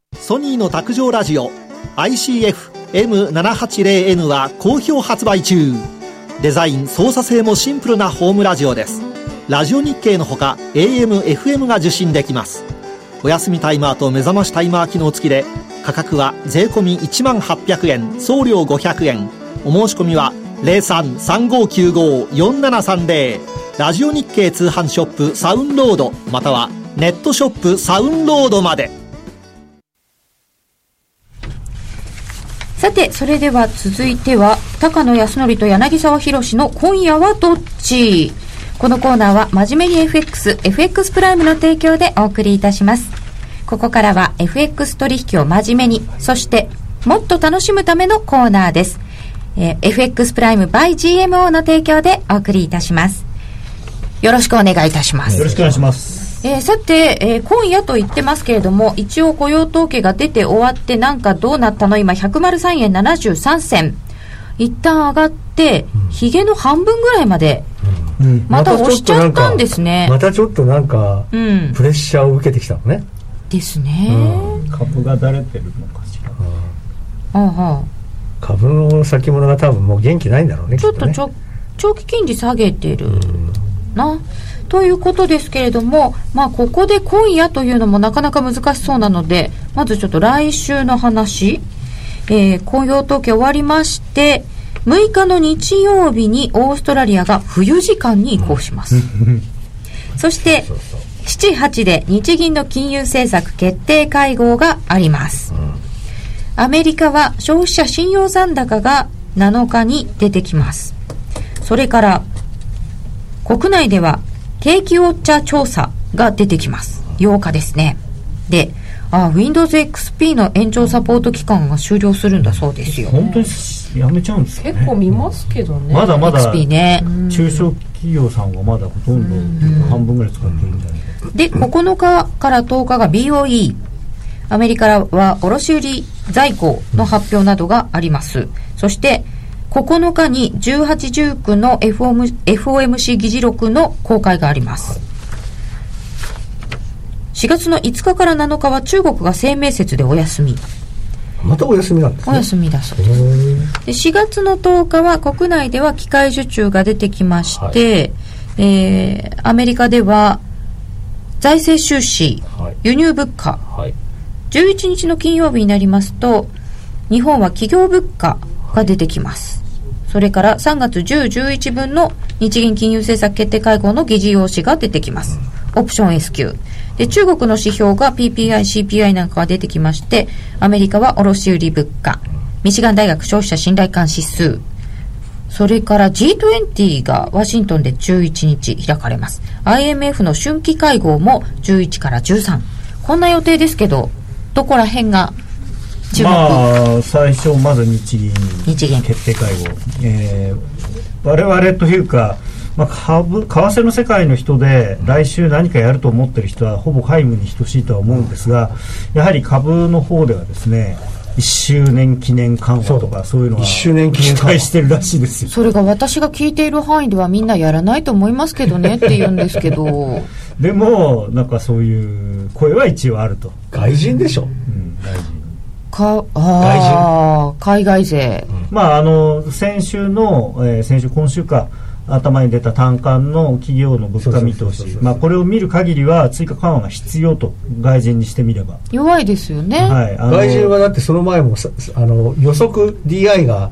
Speaker 9: ソニーの卓上ラジオ ICFM780N は好評発売中デザイン操作性もシンプルなホームラジオですラジオ日経のほか AMFM が受信できますお休みタイマーと目覚ましタイマー機能付きで価格は税込1万800円送料500円お申し込みは0335954730ラジオ日経通販ショップサウンロードまたはネットショップサウンロードまで
Speaker 1: さて、それでは続いては、高野康則と柳沢博の今夜はどっちこのコーナーは、真面目に FX、FX プライムの提供でお送りいたします。ここからは、FX 取引を真面目に、そして、もっと楽しむためのコーナーです。えー FX プライム by GMO の提供でお送りいたします。よろしくお願いいたします
Speaker 3: よろ。しくお願いします
Speaker 1: えーさて、えー今夜と言ってますけれども、一応雇用統計が出て終わって、なんかどうなったの今、103円73銭。一旦上がって、ヒゲの半分ぐらいまで。
Speaker 2: うん
Speaker 1: また
Speaker 2: ちょ
Speaker 1: 押しちゃったん
Speaker 2: となか
Speaker 1: ですね
Speaker 2: またちょっとなんか
Speaker 1: うん。
Speaker 2: プレッシャーを受けてきたのね。
Speaker 1: ですね。
Speaker 2: うん
Speaker 3: 株がだれてるのかしら
Speaker 1: うんうん
Speaker 2: 株の先物が多分もう元気ないんだろうね。
Speaker 1: ちょっと
Speaker 2: ね
Speaker 1: ちょ長期金利下げてるな。ということですけれども、まあ、ここで今夜というのもなかなか難しそうなので、まずちょっと来週の話、えー、雇用統計終わりまして、6日の日曜日にオーストラリアが冬時間に移行します。そして、7、8で日銀の金融政策決定会合があります。アメリカは消費者信用残高が7日に出てきます。それから、国内では景気ウォッチャー調査が出てきます。8日ですね。で、あ,あ、Windows XP の延長サポート期間が終了するんだそうですよ。
Speaker 3: 本当にやめちゃうんです
Speaker 4: ね。結構見ますけどね。
Speaker 3: まだまだ、
Speaker 1: XP ね、
Speaker 3: 中小企業さんはまだほとんど、半分ぐらい使っているんじゃない
Speaker 1: で、9日から10日が BOE。アメリカは卸売在庫の発表などがあります。そして、9日に18、19の FOMC 議事録の公開があります。4月の5日から7日は中国が声明説でお休み。
Speaker 2: またお休みなんです、ね、
Speaker 1: お休みだそうです。で4月の10日は国内では機械受注が出てきまして、はい、えー、アメリカでは財政収支、はい、輸入物価、はい、11日の金曜日になりますと、日本は企業物価が出てきます。それから3月10、11分の日銀金融政策決定会合の議事要旨が出てきます。オプション S q で、中国の指標が PPI、CPI なんかが出てきまして、アメリカは卸売物価、ミシガン大学消費者信頼感指数、それから G20 がワシントンで11日開かれます。IMF の春季会合も11から13。こんな予定ですけど、どこら辺が
Speaker 3: まあ、最初、まず日銀
Speaker 1: 日銀
Speaker 3: 決定会合、えー、我々というか、まあ、株為替の世界の人で、来週何かやると思ってる人は、ほぼ皆無に等しいとは思うんですが、やはり株の方ではですね、1周年記念緩和とかそういうのは
Speaker 2: 周年記念
Speaker 3: 期待してるらしいですよ
Speaker 1: それが私が聞いている範囲ではみんなやらないと思いますけどねって言うんですけど
Speaker 3: でもなんかそういう声は一応あると、
Speaker 2: 外人でしょ、うん
Speaker 3: 外人
Speaker 1: かあ海外勢、
Speaker 3: うん、まああの先週の、えー、先週今週か頭に出た単管の企業の物価見通しこれを見る限りは追加緩和が必要と外人にしてみれば
Speaker 1: 弱いですよね、
Speaker 3: はい、
Speaker 2: 外人はだってその前もあの予測 DI が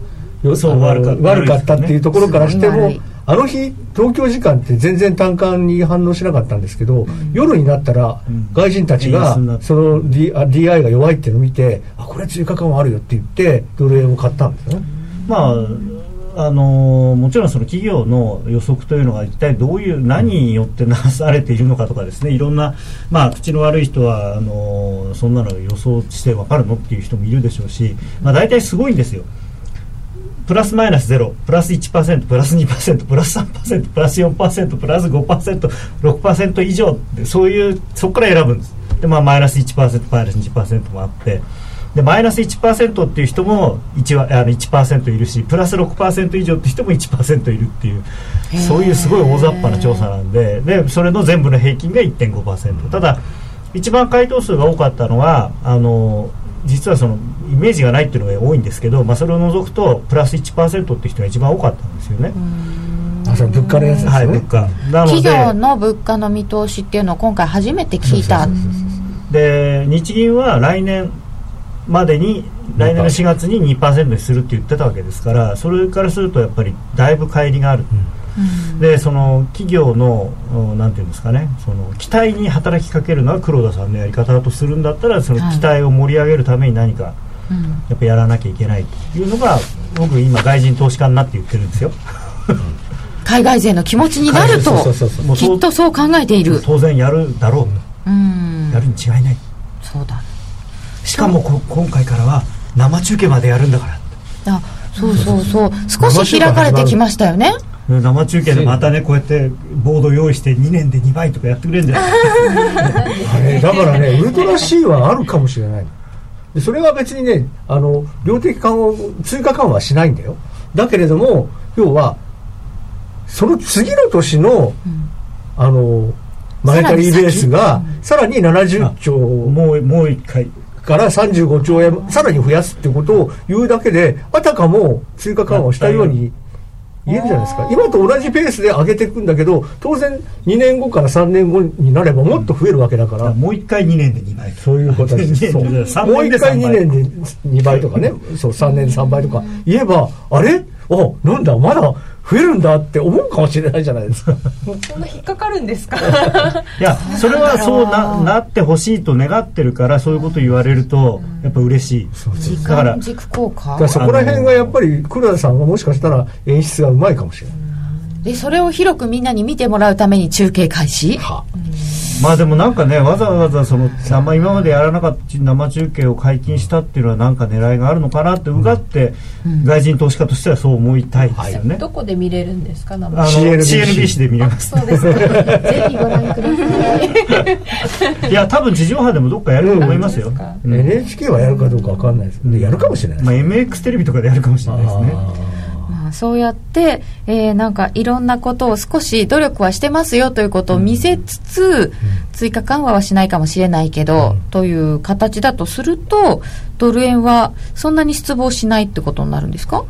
Speaker 3: そう悪か
Speaker 2: 悪かったっていうところからしても、あの日東京時間って全然単管に反応しなかったんですけど、夜になったら外人たちがその DI が弱いっていうのを見てあこれ追加感はあるよって言ってドル円を買ったんですよね。
Speaker 3: まああのもちろんその企業の予測というのが一体どういう何によってなされているのかとかですねいろんな、まあ、口の悪い人はあのそんなの予想して分かるのっていう人もいるでしょうし、まあ、大体すごいんですよ。プラスマイナス0、プラス1%、プラス2%、プラス3%、プラス4%、プラス5%、6%以上って、そういう、そこから選ぶんです。で、まあ、マイナス1%、マイナス2%もあって、で、マイナス1%っていう人も 1, あの1%いるし、プラス6%以上って人も1%いるっていう、そういうすごい大雑把な調査なんで、で、それの全部の平均が1.5%。ただ、一番回答数が多かったのは、あの、実はそのイメージがないっていうのが多いんですけど、まあ、それを除くとプラス1%って人が一番多かったんですよね。
Speaker 2: あそれ物価のやつですね、
Speaker 3: はい、物価
Speaker 1: なので企業の物価の見通しっていうのを今回初めて聞いた
Speaker 3: で日銀は来年までに来年の4月に2%にするって言ってたわけですからそれからするとやっぱりだいぶ乖離がある、うん、でその企業のなんていうんですかねその期待に働きかけるのは黒田さんのやり方だとするんだったらその期待を盛り上げるために何か、やっぱやらなきゃいけないというのが僕今外人投資家になって言ってるんで すよ
Speaker 1: 海外勢の気持ちになるときっとそう考えている
Speaker 3: 当然やるだろうと、うん、やるに違いない
Speaker 1: そうだ、ね、
Speaker 3: しかも今回からは生中継までやるんだから
Speaker 1: あそうそうそう少し開かれてきましたよね
Speaker 3: 生中継でまたねこうやってボード用意して2年で2倍とかやってくれるんじゃ ない
Speaker 2: だからねウルトラ C はあるかもしれないでそれは別にねあの量的緩和追加緩和はしないんだよだけれども要はその次の年の、うん、あのマネタリーベースがさらに70兆
Speaker 3: もうもう1回
Speaker 2: から35兆円さらに増やすってことを言うだけであたかも追加緩和したように言えるじゃないですか今と同じペースで上げていくんだけど当然2年後から3年後になればもっと増えるわけだから、
Speaker 3: もう一回2年で2倍
Speaker 2: そういうことです
Speaker 3: 2
Speaker 2: そう
Speaker 3: 年で3
Speaker 2: もう
Speaker 3: 年で
Speaker 2: 一回
Speaker 3: 3
Speaker 2: 2
Speaker 3: 倍
Speaker 2: 年で2倍とかねそう3年で3倍とか言えばあれあなんだまだ増えるんだって思うかもしれないじゃないですか
Speaker 4: そんな引っかかるんですか
Speaker 3: いやそれはそうななってほしいと願ってるからそういうこと言われるとやっぱ嬉しい
Speaker 1: 時
Speaker 3: だから
Speaker 1: 間軸効
Speaker 2: だ
Speaker 1: 果
Speaker 2: からそこら辺がやっぱり黒田さんがもしかしたら演出がうまいかもしれない
Speaker 1: でそれを広くみんなに見てもらうために中継開始
Speaker 3: まあでもなんかねわざわざその生今までやらなかった生中継を解禁したっていうのはなんか狙いがあるのかなってうがって外人投資家としてはそう思いたいですよね、
Speaker 4: どこで見れるんですか生
Speaker 3: あの
Speaker 2: CNBC
Speaker 3: CNBC で見れます
Speaker 4: そうですかぜひご覧ください
Speaker 3: いや多分地上波でもどっかやると思いますよ、
Speaker 4: うんそうですか
Speaker 3: うん
Speaker 2: NHK はやるかどうかわかんないですでやるかもしれない
Speaker 3: まあ、MX テレビとかでやるかもしれないですね
Speaker 1: まあ、そうやって、えーなんかいろんなことを少し努力はしてますよということを見せつつ、追加緩和はしないかもしれないけど、という形だとするとドル円はそんなに失望しないってことになるんですか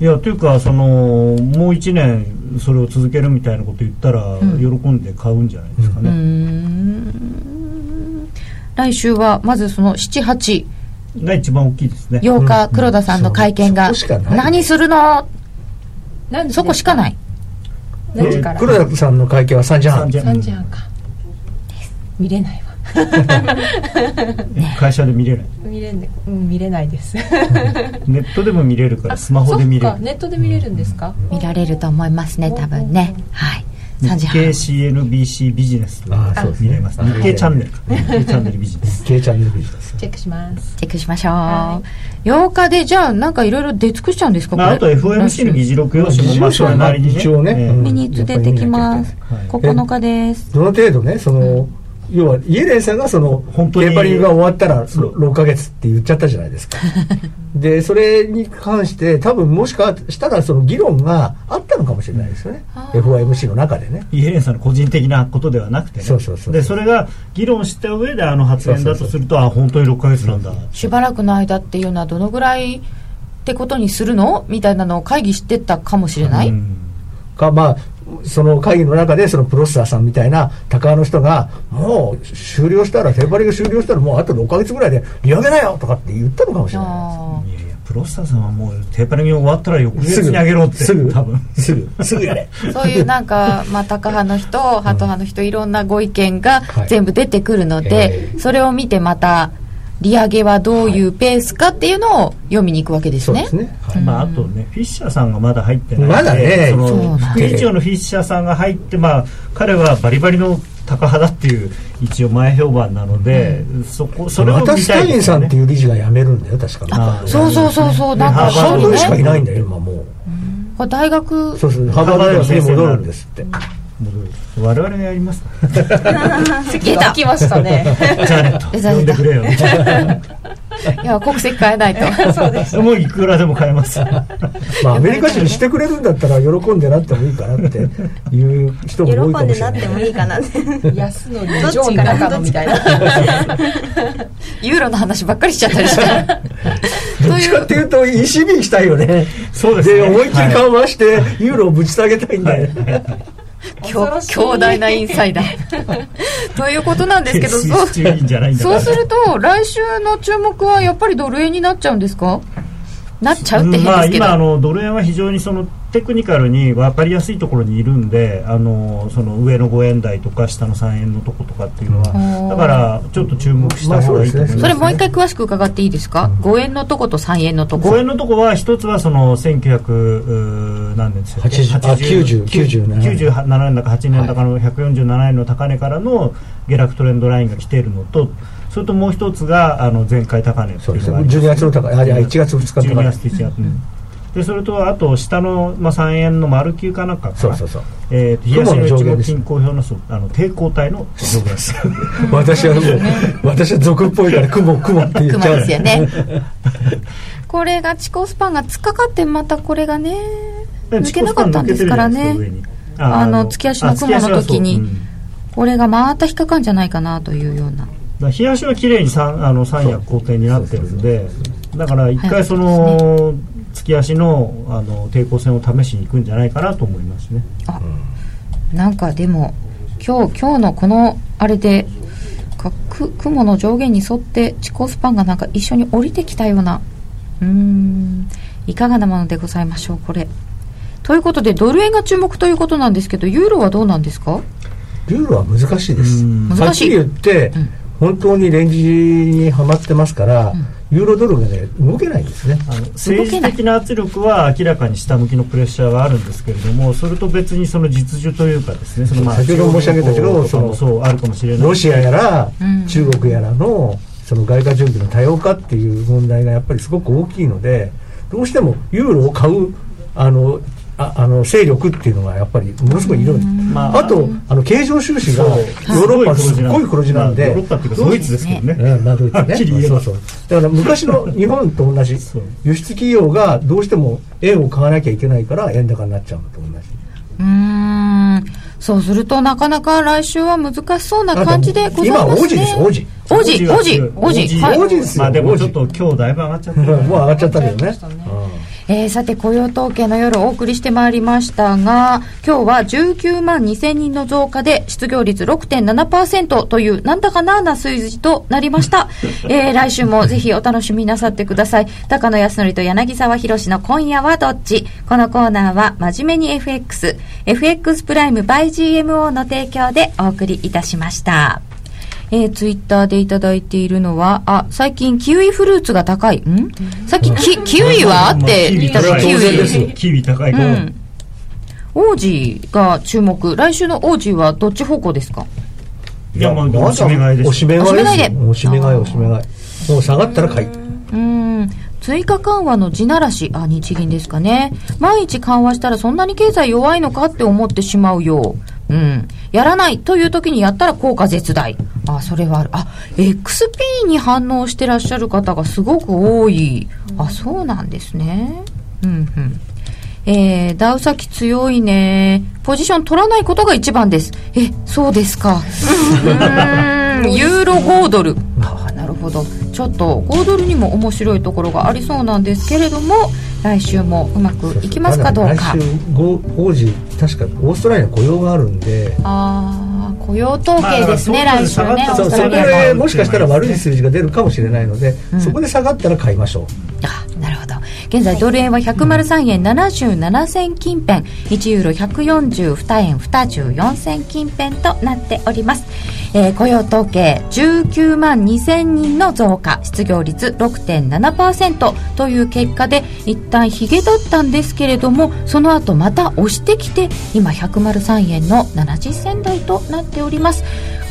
Speaker 3: いやというかそのもう1年それを続けるみたいなこと言ったら喜んで買うんじゃないですかね、
Speaker 1: うーん来週はまずその78
Speaker 3: が一番大きいですね
Speaker 1: 8日黒田さんの会見が
Speaker 2: そうそこしかない
Speaker 1: 何するの
Speaker 4: 何時
Speaker 1: そこしかない
Speaker 4: 何時から
Speaker 2: 黒田さんの会見は3時半
Speaker 4: 3時半か見れないわ
Speaker 3: 会社で見れない
Speaker 4: 見れ,、うん、見れないです
Speaker 3: ネットでも見れるからスマホで見れ
Speaker 4: そっ
Speaker 3: る
Speaker 4: かネットで見れるんですか、
Speaker 1: 見られると思いますね多分ねはい3時
Speaker 3: 日
Speaker 1: 半
Speaker 3: 経 CNBC ビジネスとか
Speaker 2: あそうですね
Speaker 3: 見れます日経チャンネルか日経チャンネルビジ ネス
Speaker 2: K チャンネルビジネス
Speaker 4: チェックします
Speaker 1: チェックしましょう、8日でじゃあなんかいろいろ出尽くしちゃうんですかこ
Speaker 3: ま
Speaker 1: れ
Speaker 3: ああと FOMC の議事録要旨もまあそれなりにね
Speaker 2: 一応ね
Speaker 3: ええ
Speaker 2: うん
Speaker 1: ミニッツ出てきます
Speaker 3: はい
Speaker 1: 9日です
Speaker 2: どの程度ねその要はイエレンさんがその
Speaker 3: 本当に
Speaker 2: テーパリングが終わったら
Speaker 3: そう
Speaker 2: 6ヶ月って言っちゃったじゃない ですかでそれに関して多分もしかしたらその議論があったのかもしれないですよね FOMC の中でね
Speaker 3: イエレンさんの個人的なことではなくてね
Speaker 2: そうそうそう
Speaker 3: でそれが議論した上であの発言だとするとあ本当に6ヶ月なんだ
Speaker 1: しばらくの間っていうのはどのぐらいってことにするのみたいなのを会議してたかもしれない、
Speaker 3: うん
Speaker 2: かまあその会議の中でそのプロッサーさんみたいな高の人がもう終了したらテーパリング終了したらもうあと6ヶ月ぐらいで利上げだよとかって言ったのかもしれないです
Speaker 1: あ
Speaker 3: いやいやプロスターさんはもうテーパリング終わったら翌月にあげろって
Speaker 2: すぐ
Speaker 3: 多分
Speaker 2: すぐすぐや れ
Speaker 1: ーそういうなんか、まあ、タカ派の人ハト派の人いろんなご意見が
Speaker 2: はい
Speaker 1: 全部出てくるので、
Speaker 2: え
Speaker 1: それを見てまた利上げはどういうペースかっていうのを読みに行くわけです
Speaker 2: そう
Speaker 1: ね
Speaker 2: ですねはい
Speaker 3: まあ、あとね、フィッシャーさんがまだ入ってないんで
Speaker 2: まだね
Speaker 3: そ
Speaker 1: そう
Speaker 3: の
Speaker 1: なん
Speaker 3: 副
Speaker 2: です
Speaker 3: 議長のフィッシャーさんが入って、まあ、彼はバリバリの高派だっていう、一応前評判なので、そこ、それを
Speaker 2: ま
Speaker 3: 見
Speaker 2: た
Speaker 3: たい
Speaker 2: スタイン
Speaker 3: です
Speaker 2: さ
Speaker 3: よ
Speaker 2: ん
Speaker 3: ね
Speaker 2: っていう理事が辞めるんだよ確か
Speaker 3: あ
Speaker 1: そうそうそうそうなんか
Speaker 3: ねハーバ
Speaker 2: 半
Speaker 3: ード
Speaker 2: 分
Speaker 3: に
Speaker 2: しかい
Speaker 1: ね
Speaker 2: ないんだよ今もう
Speaker 1: これ大学
Speaker 2: そうそうハーバード大学に戻るんですって
Speaker 3: 戻る我々がやりますか
Speaker 4: 席が空きましたね
Speaker 3: らジャーネッ
Speaker 1: 出
Speaker 3: ト、
Speaker 1: た
Speaker 3: 呼んでくれよ。
Speaker 1: いや国籍変え ないと
Speaker 3: もういくらでも買えます。
Speaker 2: まあアメリカ人にしてくれるんだったら喜んでなってもいいかなっていう人 も
Speaker 5: 喜
Speaker 2: 多いか
Speaker 5: ん
Speaker 2: も
Speaker 5: で
Speaker 2: しれ
Speaker 5: なっ
Speaker 2: ない
Speaker 5: てもいいかなって。
Speaker 4: 安の
Speaker 5: ど
Speaker 4: 二
Speaker 5: っち
Speaker 4: 乗
Speaker 5: か
Speaker 4: か
Speaker 5: な
Speaker 4: 中のみたいな
Speaker 1: ユーロの話ばっかりしちゃったりして
Speaker 2: どっちかっていうと ECB 行きたいよね
Speaker 3: そうですね。
Speaker 2: で思いっきり
Speaker 3: は
Speaker 2: 緩和してユーロをぶち下げたいんだよね
Speaker 1: 強強大なインサイダー ということなんですけどそ
Speaker 3: 決
Speaker 1: う
Speaker 3: 心していいんじゃないんだか
Speaker 1: そ
Speaker 3: ら
Speaker 1: うすると来週の注目はやっぱりドル円になっちゃうんですかなっちゃうって変
Speaker 3: ま
Speaker 1: で
Speaker 3: あ、
Speaker 1: すけど、
Speaker 3: 今あのドル円は非常にそのテクニカルに分かりやすいところにいるんであのその上の5円台とか下の3円のとことかっていうの
Speaker 1: うん
Speaker 3: はだからちょっと注目した方がいいと思います,、
Speaker 2: まあそうですね
Speaker 1: それもう一回詳しく伺っていいですか、5円のとこと3円のとこ
Speaker 3: 5円のとこは一つはその1900うー何年でしたっけ
Speaker 2: 80あ90 97
Speaker 3: 97円高8年高の147円の高値からの下落トレンドラインが来ているのとそれともう一つがあの前回高値って
Speaker 2: そう
Speaker 3: い
Speaker 2: で
Speaker 3: う
Speaker 2: す
Speaker 3: のが
Speaker 2: ね
Speaker 3: あります
Speaker 2: 12月の高いあいや1月2日の
Speaker 3: 12
Speaker 2: 高い
Speaker 3: 月1日うんでそれとあと下の、まあ、3円の丸級かなんかかな
Speaker 2: そうそうそう
Speaker 3: えーと、東の
Speaker 2: 雲の上
Speaker 3: 一
Speaker 2: 限
Speaker 3: 目
Speaker 2: です
Speaker 3: 均衡表のそうあの抵抗体の上限です
Speaker 2: 私はもう私は俗っぽいから雲雲って言っ
Speaker 1: 熊
Speaker 2: ちゃう
Speaker 1: ですよねこれがチコスパンが突っかかってまたこれがね抜けなかったんですからね
Speaker 3: 上に
Speaker 1: あの突き足の雲の時に
Speaker 3: あ突き足はそううん
Speaker 1: これがまた引っかかんじゃないかなというような
Speaker 3: だから冷やしは綺麗に三あの三役工程になってるんでだから一回その突きき足のあの抵抗線を試しに行くんじゃないかなと思いますね。
Speaker 1: なんかでも今日今日のこのあれでかく雲の上限に沿って地高スパンがなんか一緒に降りてきたようなうーんいかがなものでございましょうこれ。ということでドル円が注目ということなんですけどユーロはどうなんですか
Speaker 2: ルールは難しいです
Speaker 1: ん。
Speaker 2: さ
Speaker 1: 難
Speaker 2: っ
Speaker 1: し
Speaker 2: き
Speaker 1: い
Speaker 2: 言って、
Speaker 1: うん
Speaker 2: 本当にレンジにはまってますから、ユーロドルがね、動けないんですね。
Speaker 3: あの政治的な圧力は明らかに下向きのプレッシャーがあるんですけれども、それと別にその実需というかですね、そのまあ
Speaker 2: 先ほど申し上げたけど
Speaker 3: 中国とかも
Speaker 2: そ
Speaker 3: そうあるかもしれない。
Speaker 2: ロシアやら、
Speaker 1: うん
Speaker 2: 中国やらの、その外貨準備の多様化っていう問題がやっぱりすごく大きいので、どうしてもユーロを買う、あの、ああの勢力っていうのがやっぱりものすごいいるんです、
Speaker 3: まあ
Speaker 2: あとあの経常収支がヨ
Speaker 3: そう
Speaker 2: ーロッパすっごい黒字なんで、
Speaker 3: まあヨーロッパっていうかドイツですけどね。
Speaker 2: うん、まあドイツ
Speaker 3: はっきり言
Speaker 2: ね。
Speaker 3: え
Speaker 2: そ
Speaker 3: ば
Speaker 2: うそう。だから昔の日本と同じ
Speaker 3: そう、
Speaker 2: 輸出企業がどうしても円を買わなきゃいけないから円高になっちゃうのと同じ。
Speaker 1: うーんそうするとなかなか来週は難しそうな感じでございますね
Speaker 2: 今、王子です、王子。
Speaker 1: 王子王子王子はい
Speaker 2: 王子ですよ
Speaker 3: まあでも
Speaker 2: 王子
Speaker 3: ちょっと今日だいぶ上がっちゃっ
Speaker 2: う
Speaker 3: た
Speaker 2: ん
Speaker 3: か
Speaker 2: も
Speaker 3: ら
Speaker 2: う上がっちゃったけどね。
Speaker 1: えーさて雇用統計の夜お送りしてまいりましたが今日は19万2000人の増加で失業率6.7%というなんだかなーな数字となりました、えー来週もぜひお楽しみなさってください高野康則と柳沢博の今夜はどっちこのコーナーは真面目に FXFX プライム by GMO の提供でお送りいたしましたえー、ツイッターでいただいているのは、あ、最近キウイフルーツが高い。んさっきキキウイはって言った
Speaker 3: まあ
Speaker 1: らキウ
Speaker 3: キウイ高い
Speaker 1: イ。
Speaker 3: キウイ高いか
Speaker 1: う
Speaker 3: ら、
Speaker 1: ん。王子が注目。来週の王子はどっち方向ですか
Speaker 3: いやまあおしめ買いで
Speaker 2: お
Speaker 3: し
Speaker 2: し
Speaker 3: ょ
Speaker 2: め買い
Speaker 1: おしめ買い
Speaker 2: で
Speaker 1: です
Speaker 2: よ。おしめ買い、おしめ買い。もう下がったら買い。
Speaker 1: うん。追加緩和の地ならし、あ、日銀ですかね。毎日緩和したらそんなに経済弱いのかって思ってしまうよう。うん。やらないという時にやったら効果絶大。あ、それはある。あ、XP に反応してらっしゃる方がすごく多い。あ、そうなんですね。うんうん。えー、ダウ先強いね。ポジション取らないことが一番です。え、そうですか。うーんユーロ5ドル。ああ、なるほど。ちょっと5ドルにも面白いところがありそうなんですけれども、来週もうまくいきますかどうか
Speaker 2: 来。週、ご王子、確かオーストラリアの雇用があるんで、
Speaker 1: ああ、雇用統計ですね、
Speaker 3: まあ
Speaker 1: 来週ね、オー
Speaker 2: そう
Speaker 1: ス
Speaker 2: そ
Speaker 1: トラ
Speaker 2: こ
Speaker 1: リア
Speaker 2: でもしかしたら悪い数字が出るかもしれないので、そこで下がったら買いましょう。
Speaker 1: あなるほど現在ドル円は103円77銭近辺1ユーロ142円24銭近辺となっております、えー雇用統計19万2000人の増加失業率6.7%という結果で一旦ヒゲだったんですけれどもその後また押してきて今103円の70銭台となっております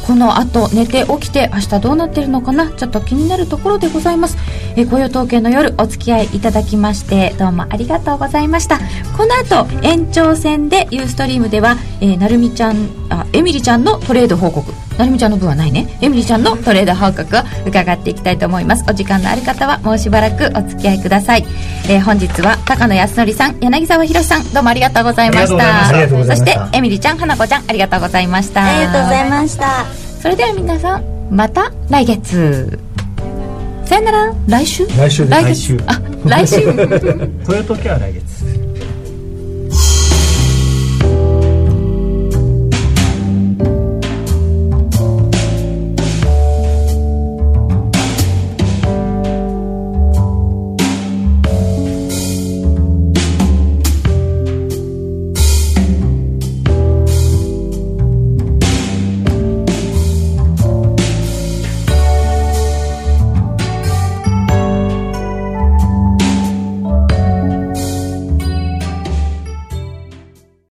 Speaker 1: この後寝て起きて明日どうなってるのかなちょっと気になるところでございますえー雇用統計の夜お付き合いいただきましてどうもありがとうございましたこの後延長戦でユーストリームでは、えーなるみちゃんあえみりちゃんのトレード報告なるみちゃんの分はないねえみりちゃんのトレード報告を伺っていきたいと思いますお時間のある方はもうしばらくお付き合いください、えー本日は高野康則さん柳沢博さんどうもありがとうございました
Speaker 2: ありがとうございましたありがとうございました
Speaker 1: そしてえみりちゃん花子ちゃんありがとうございました
Speaker 5: ありがとうございました。
Speaker 1: それでは皆さんまた来月さよなら来週
Speaker 2: 来週です
Speaker 1: 来月あ来週
Speaker 3: こういう時は来月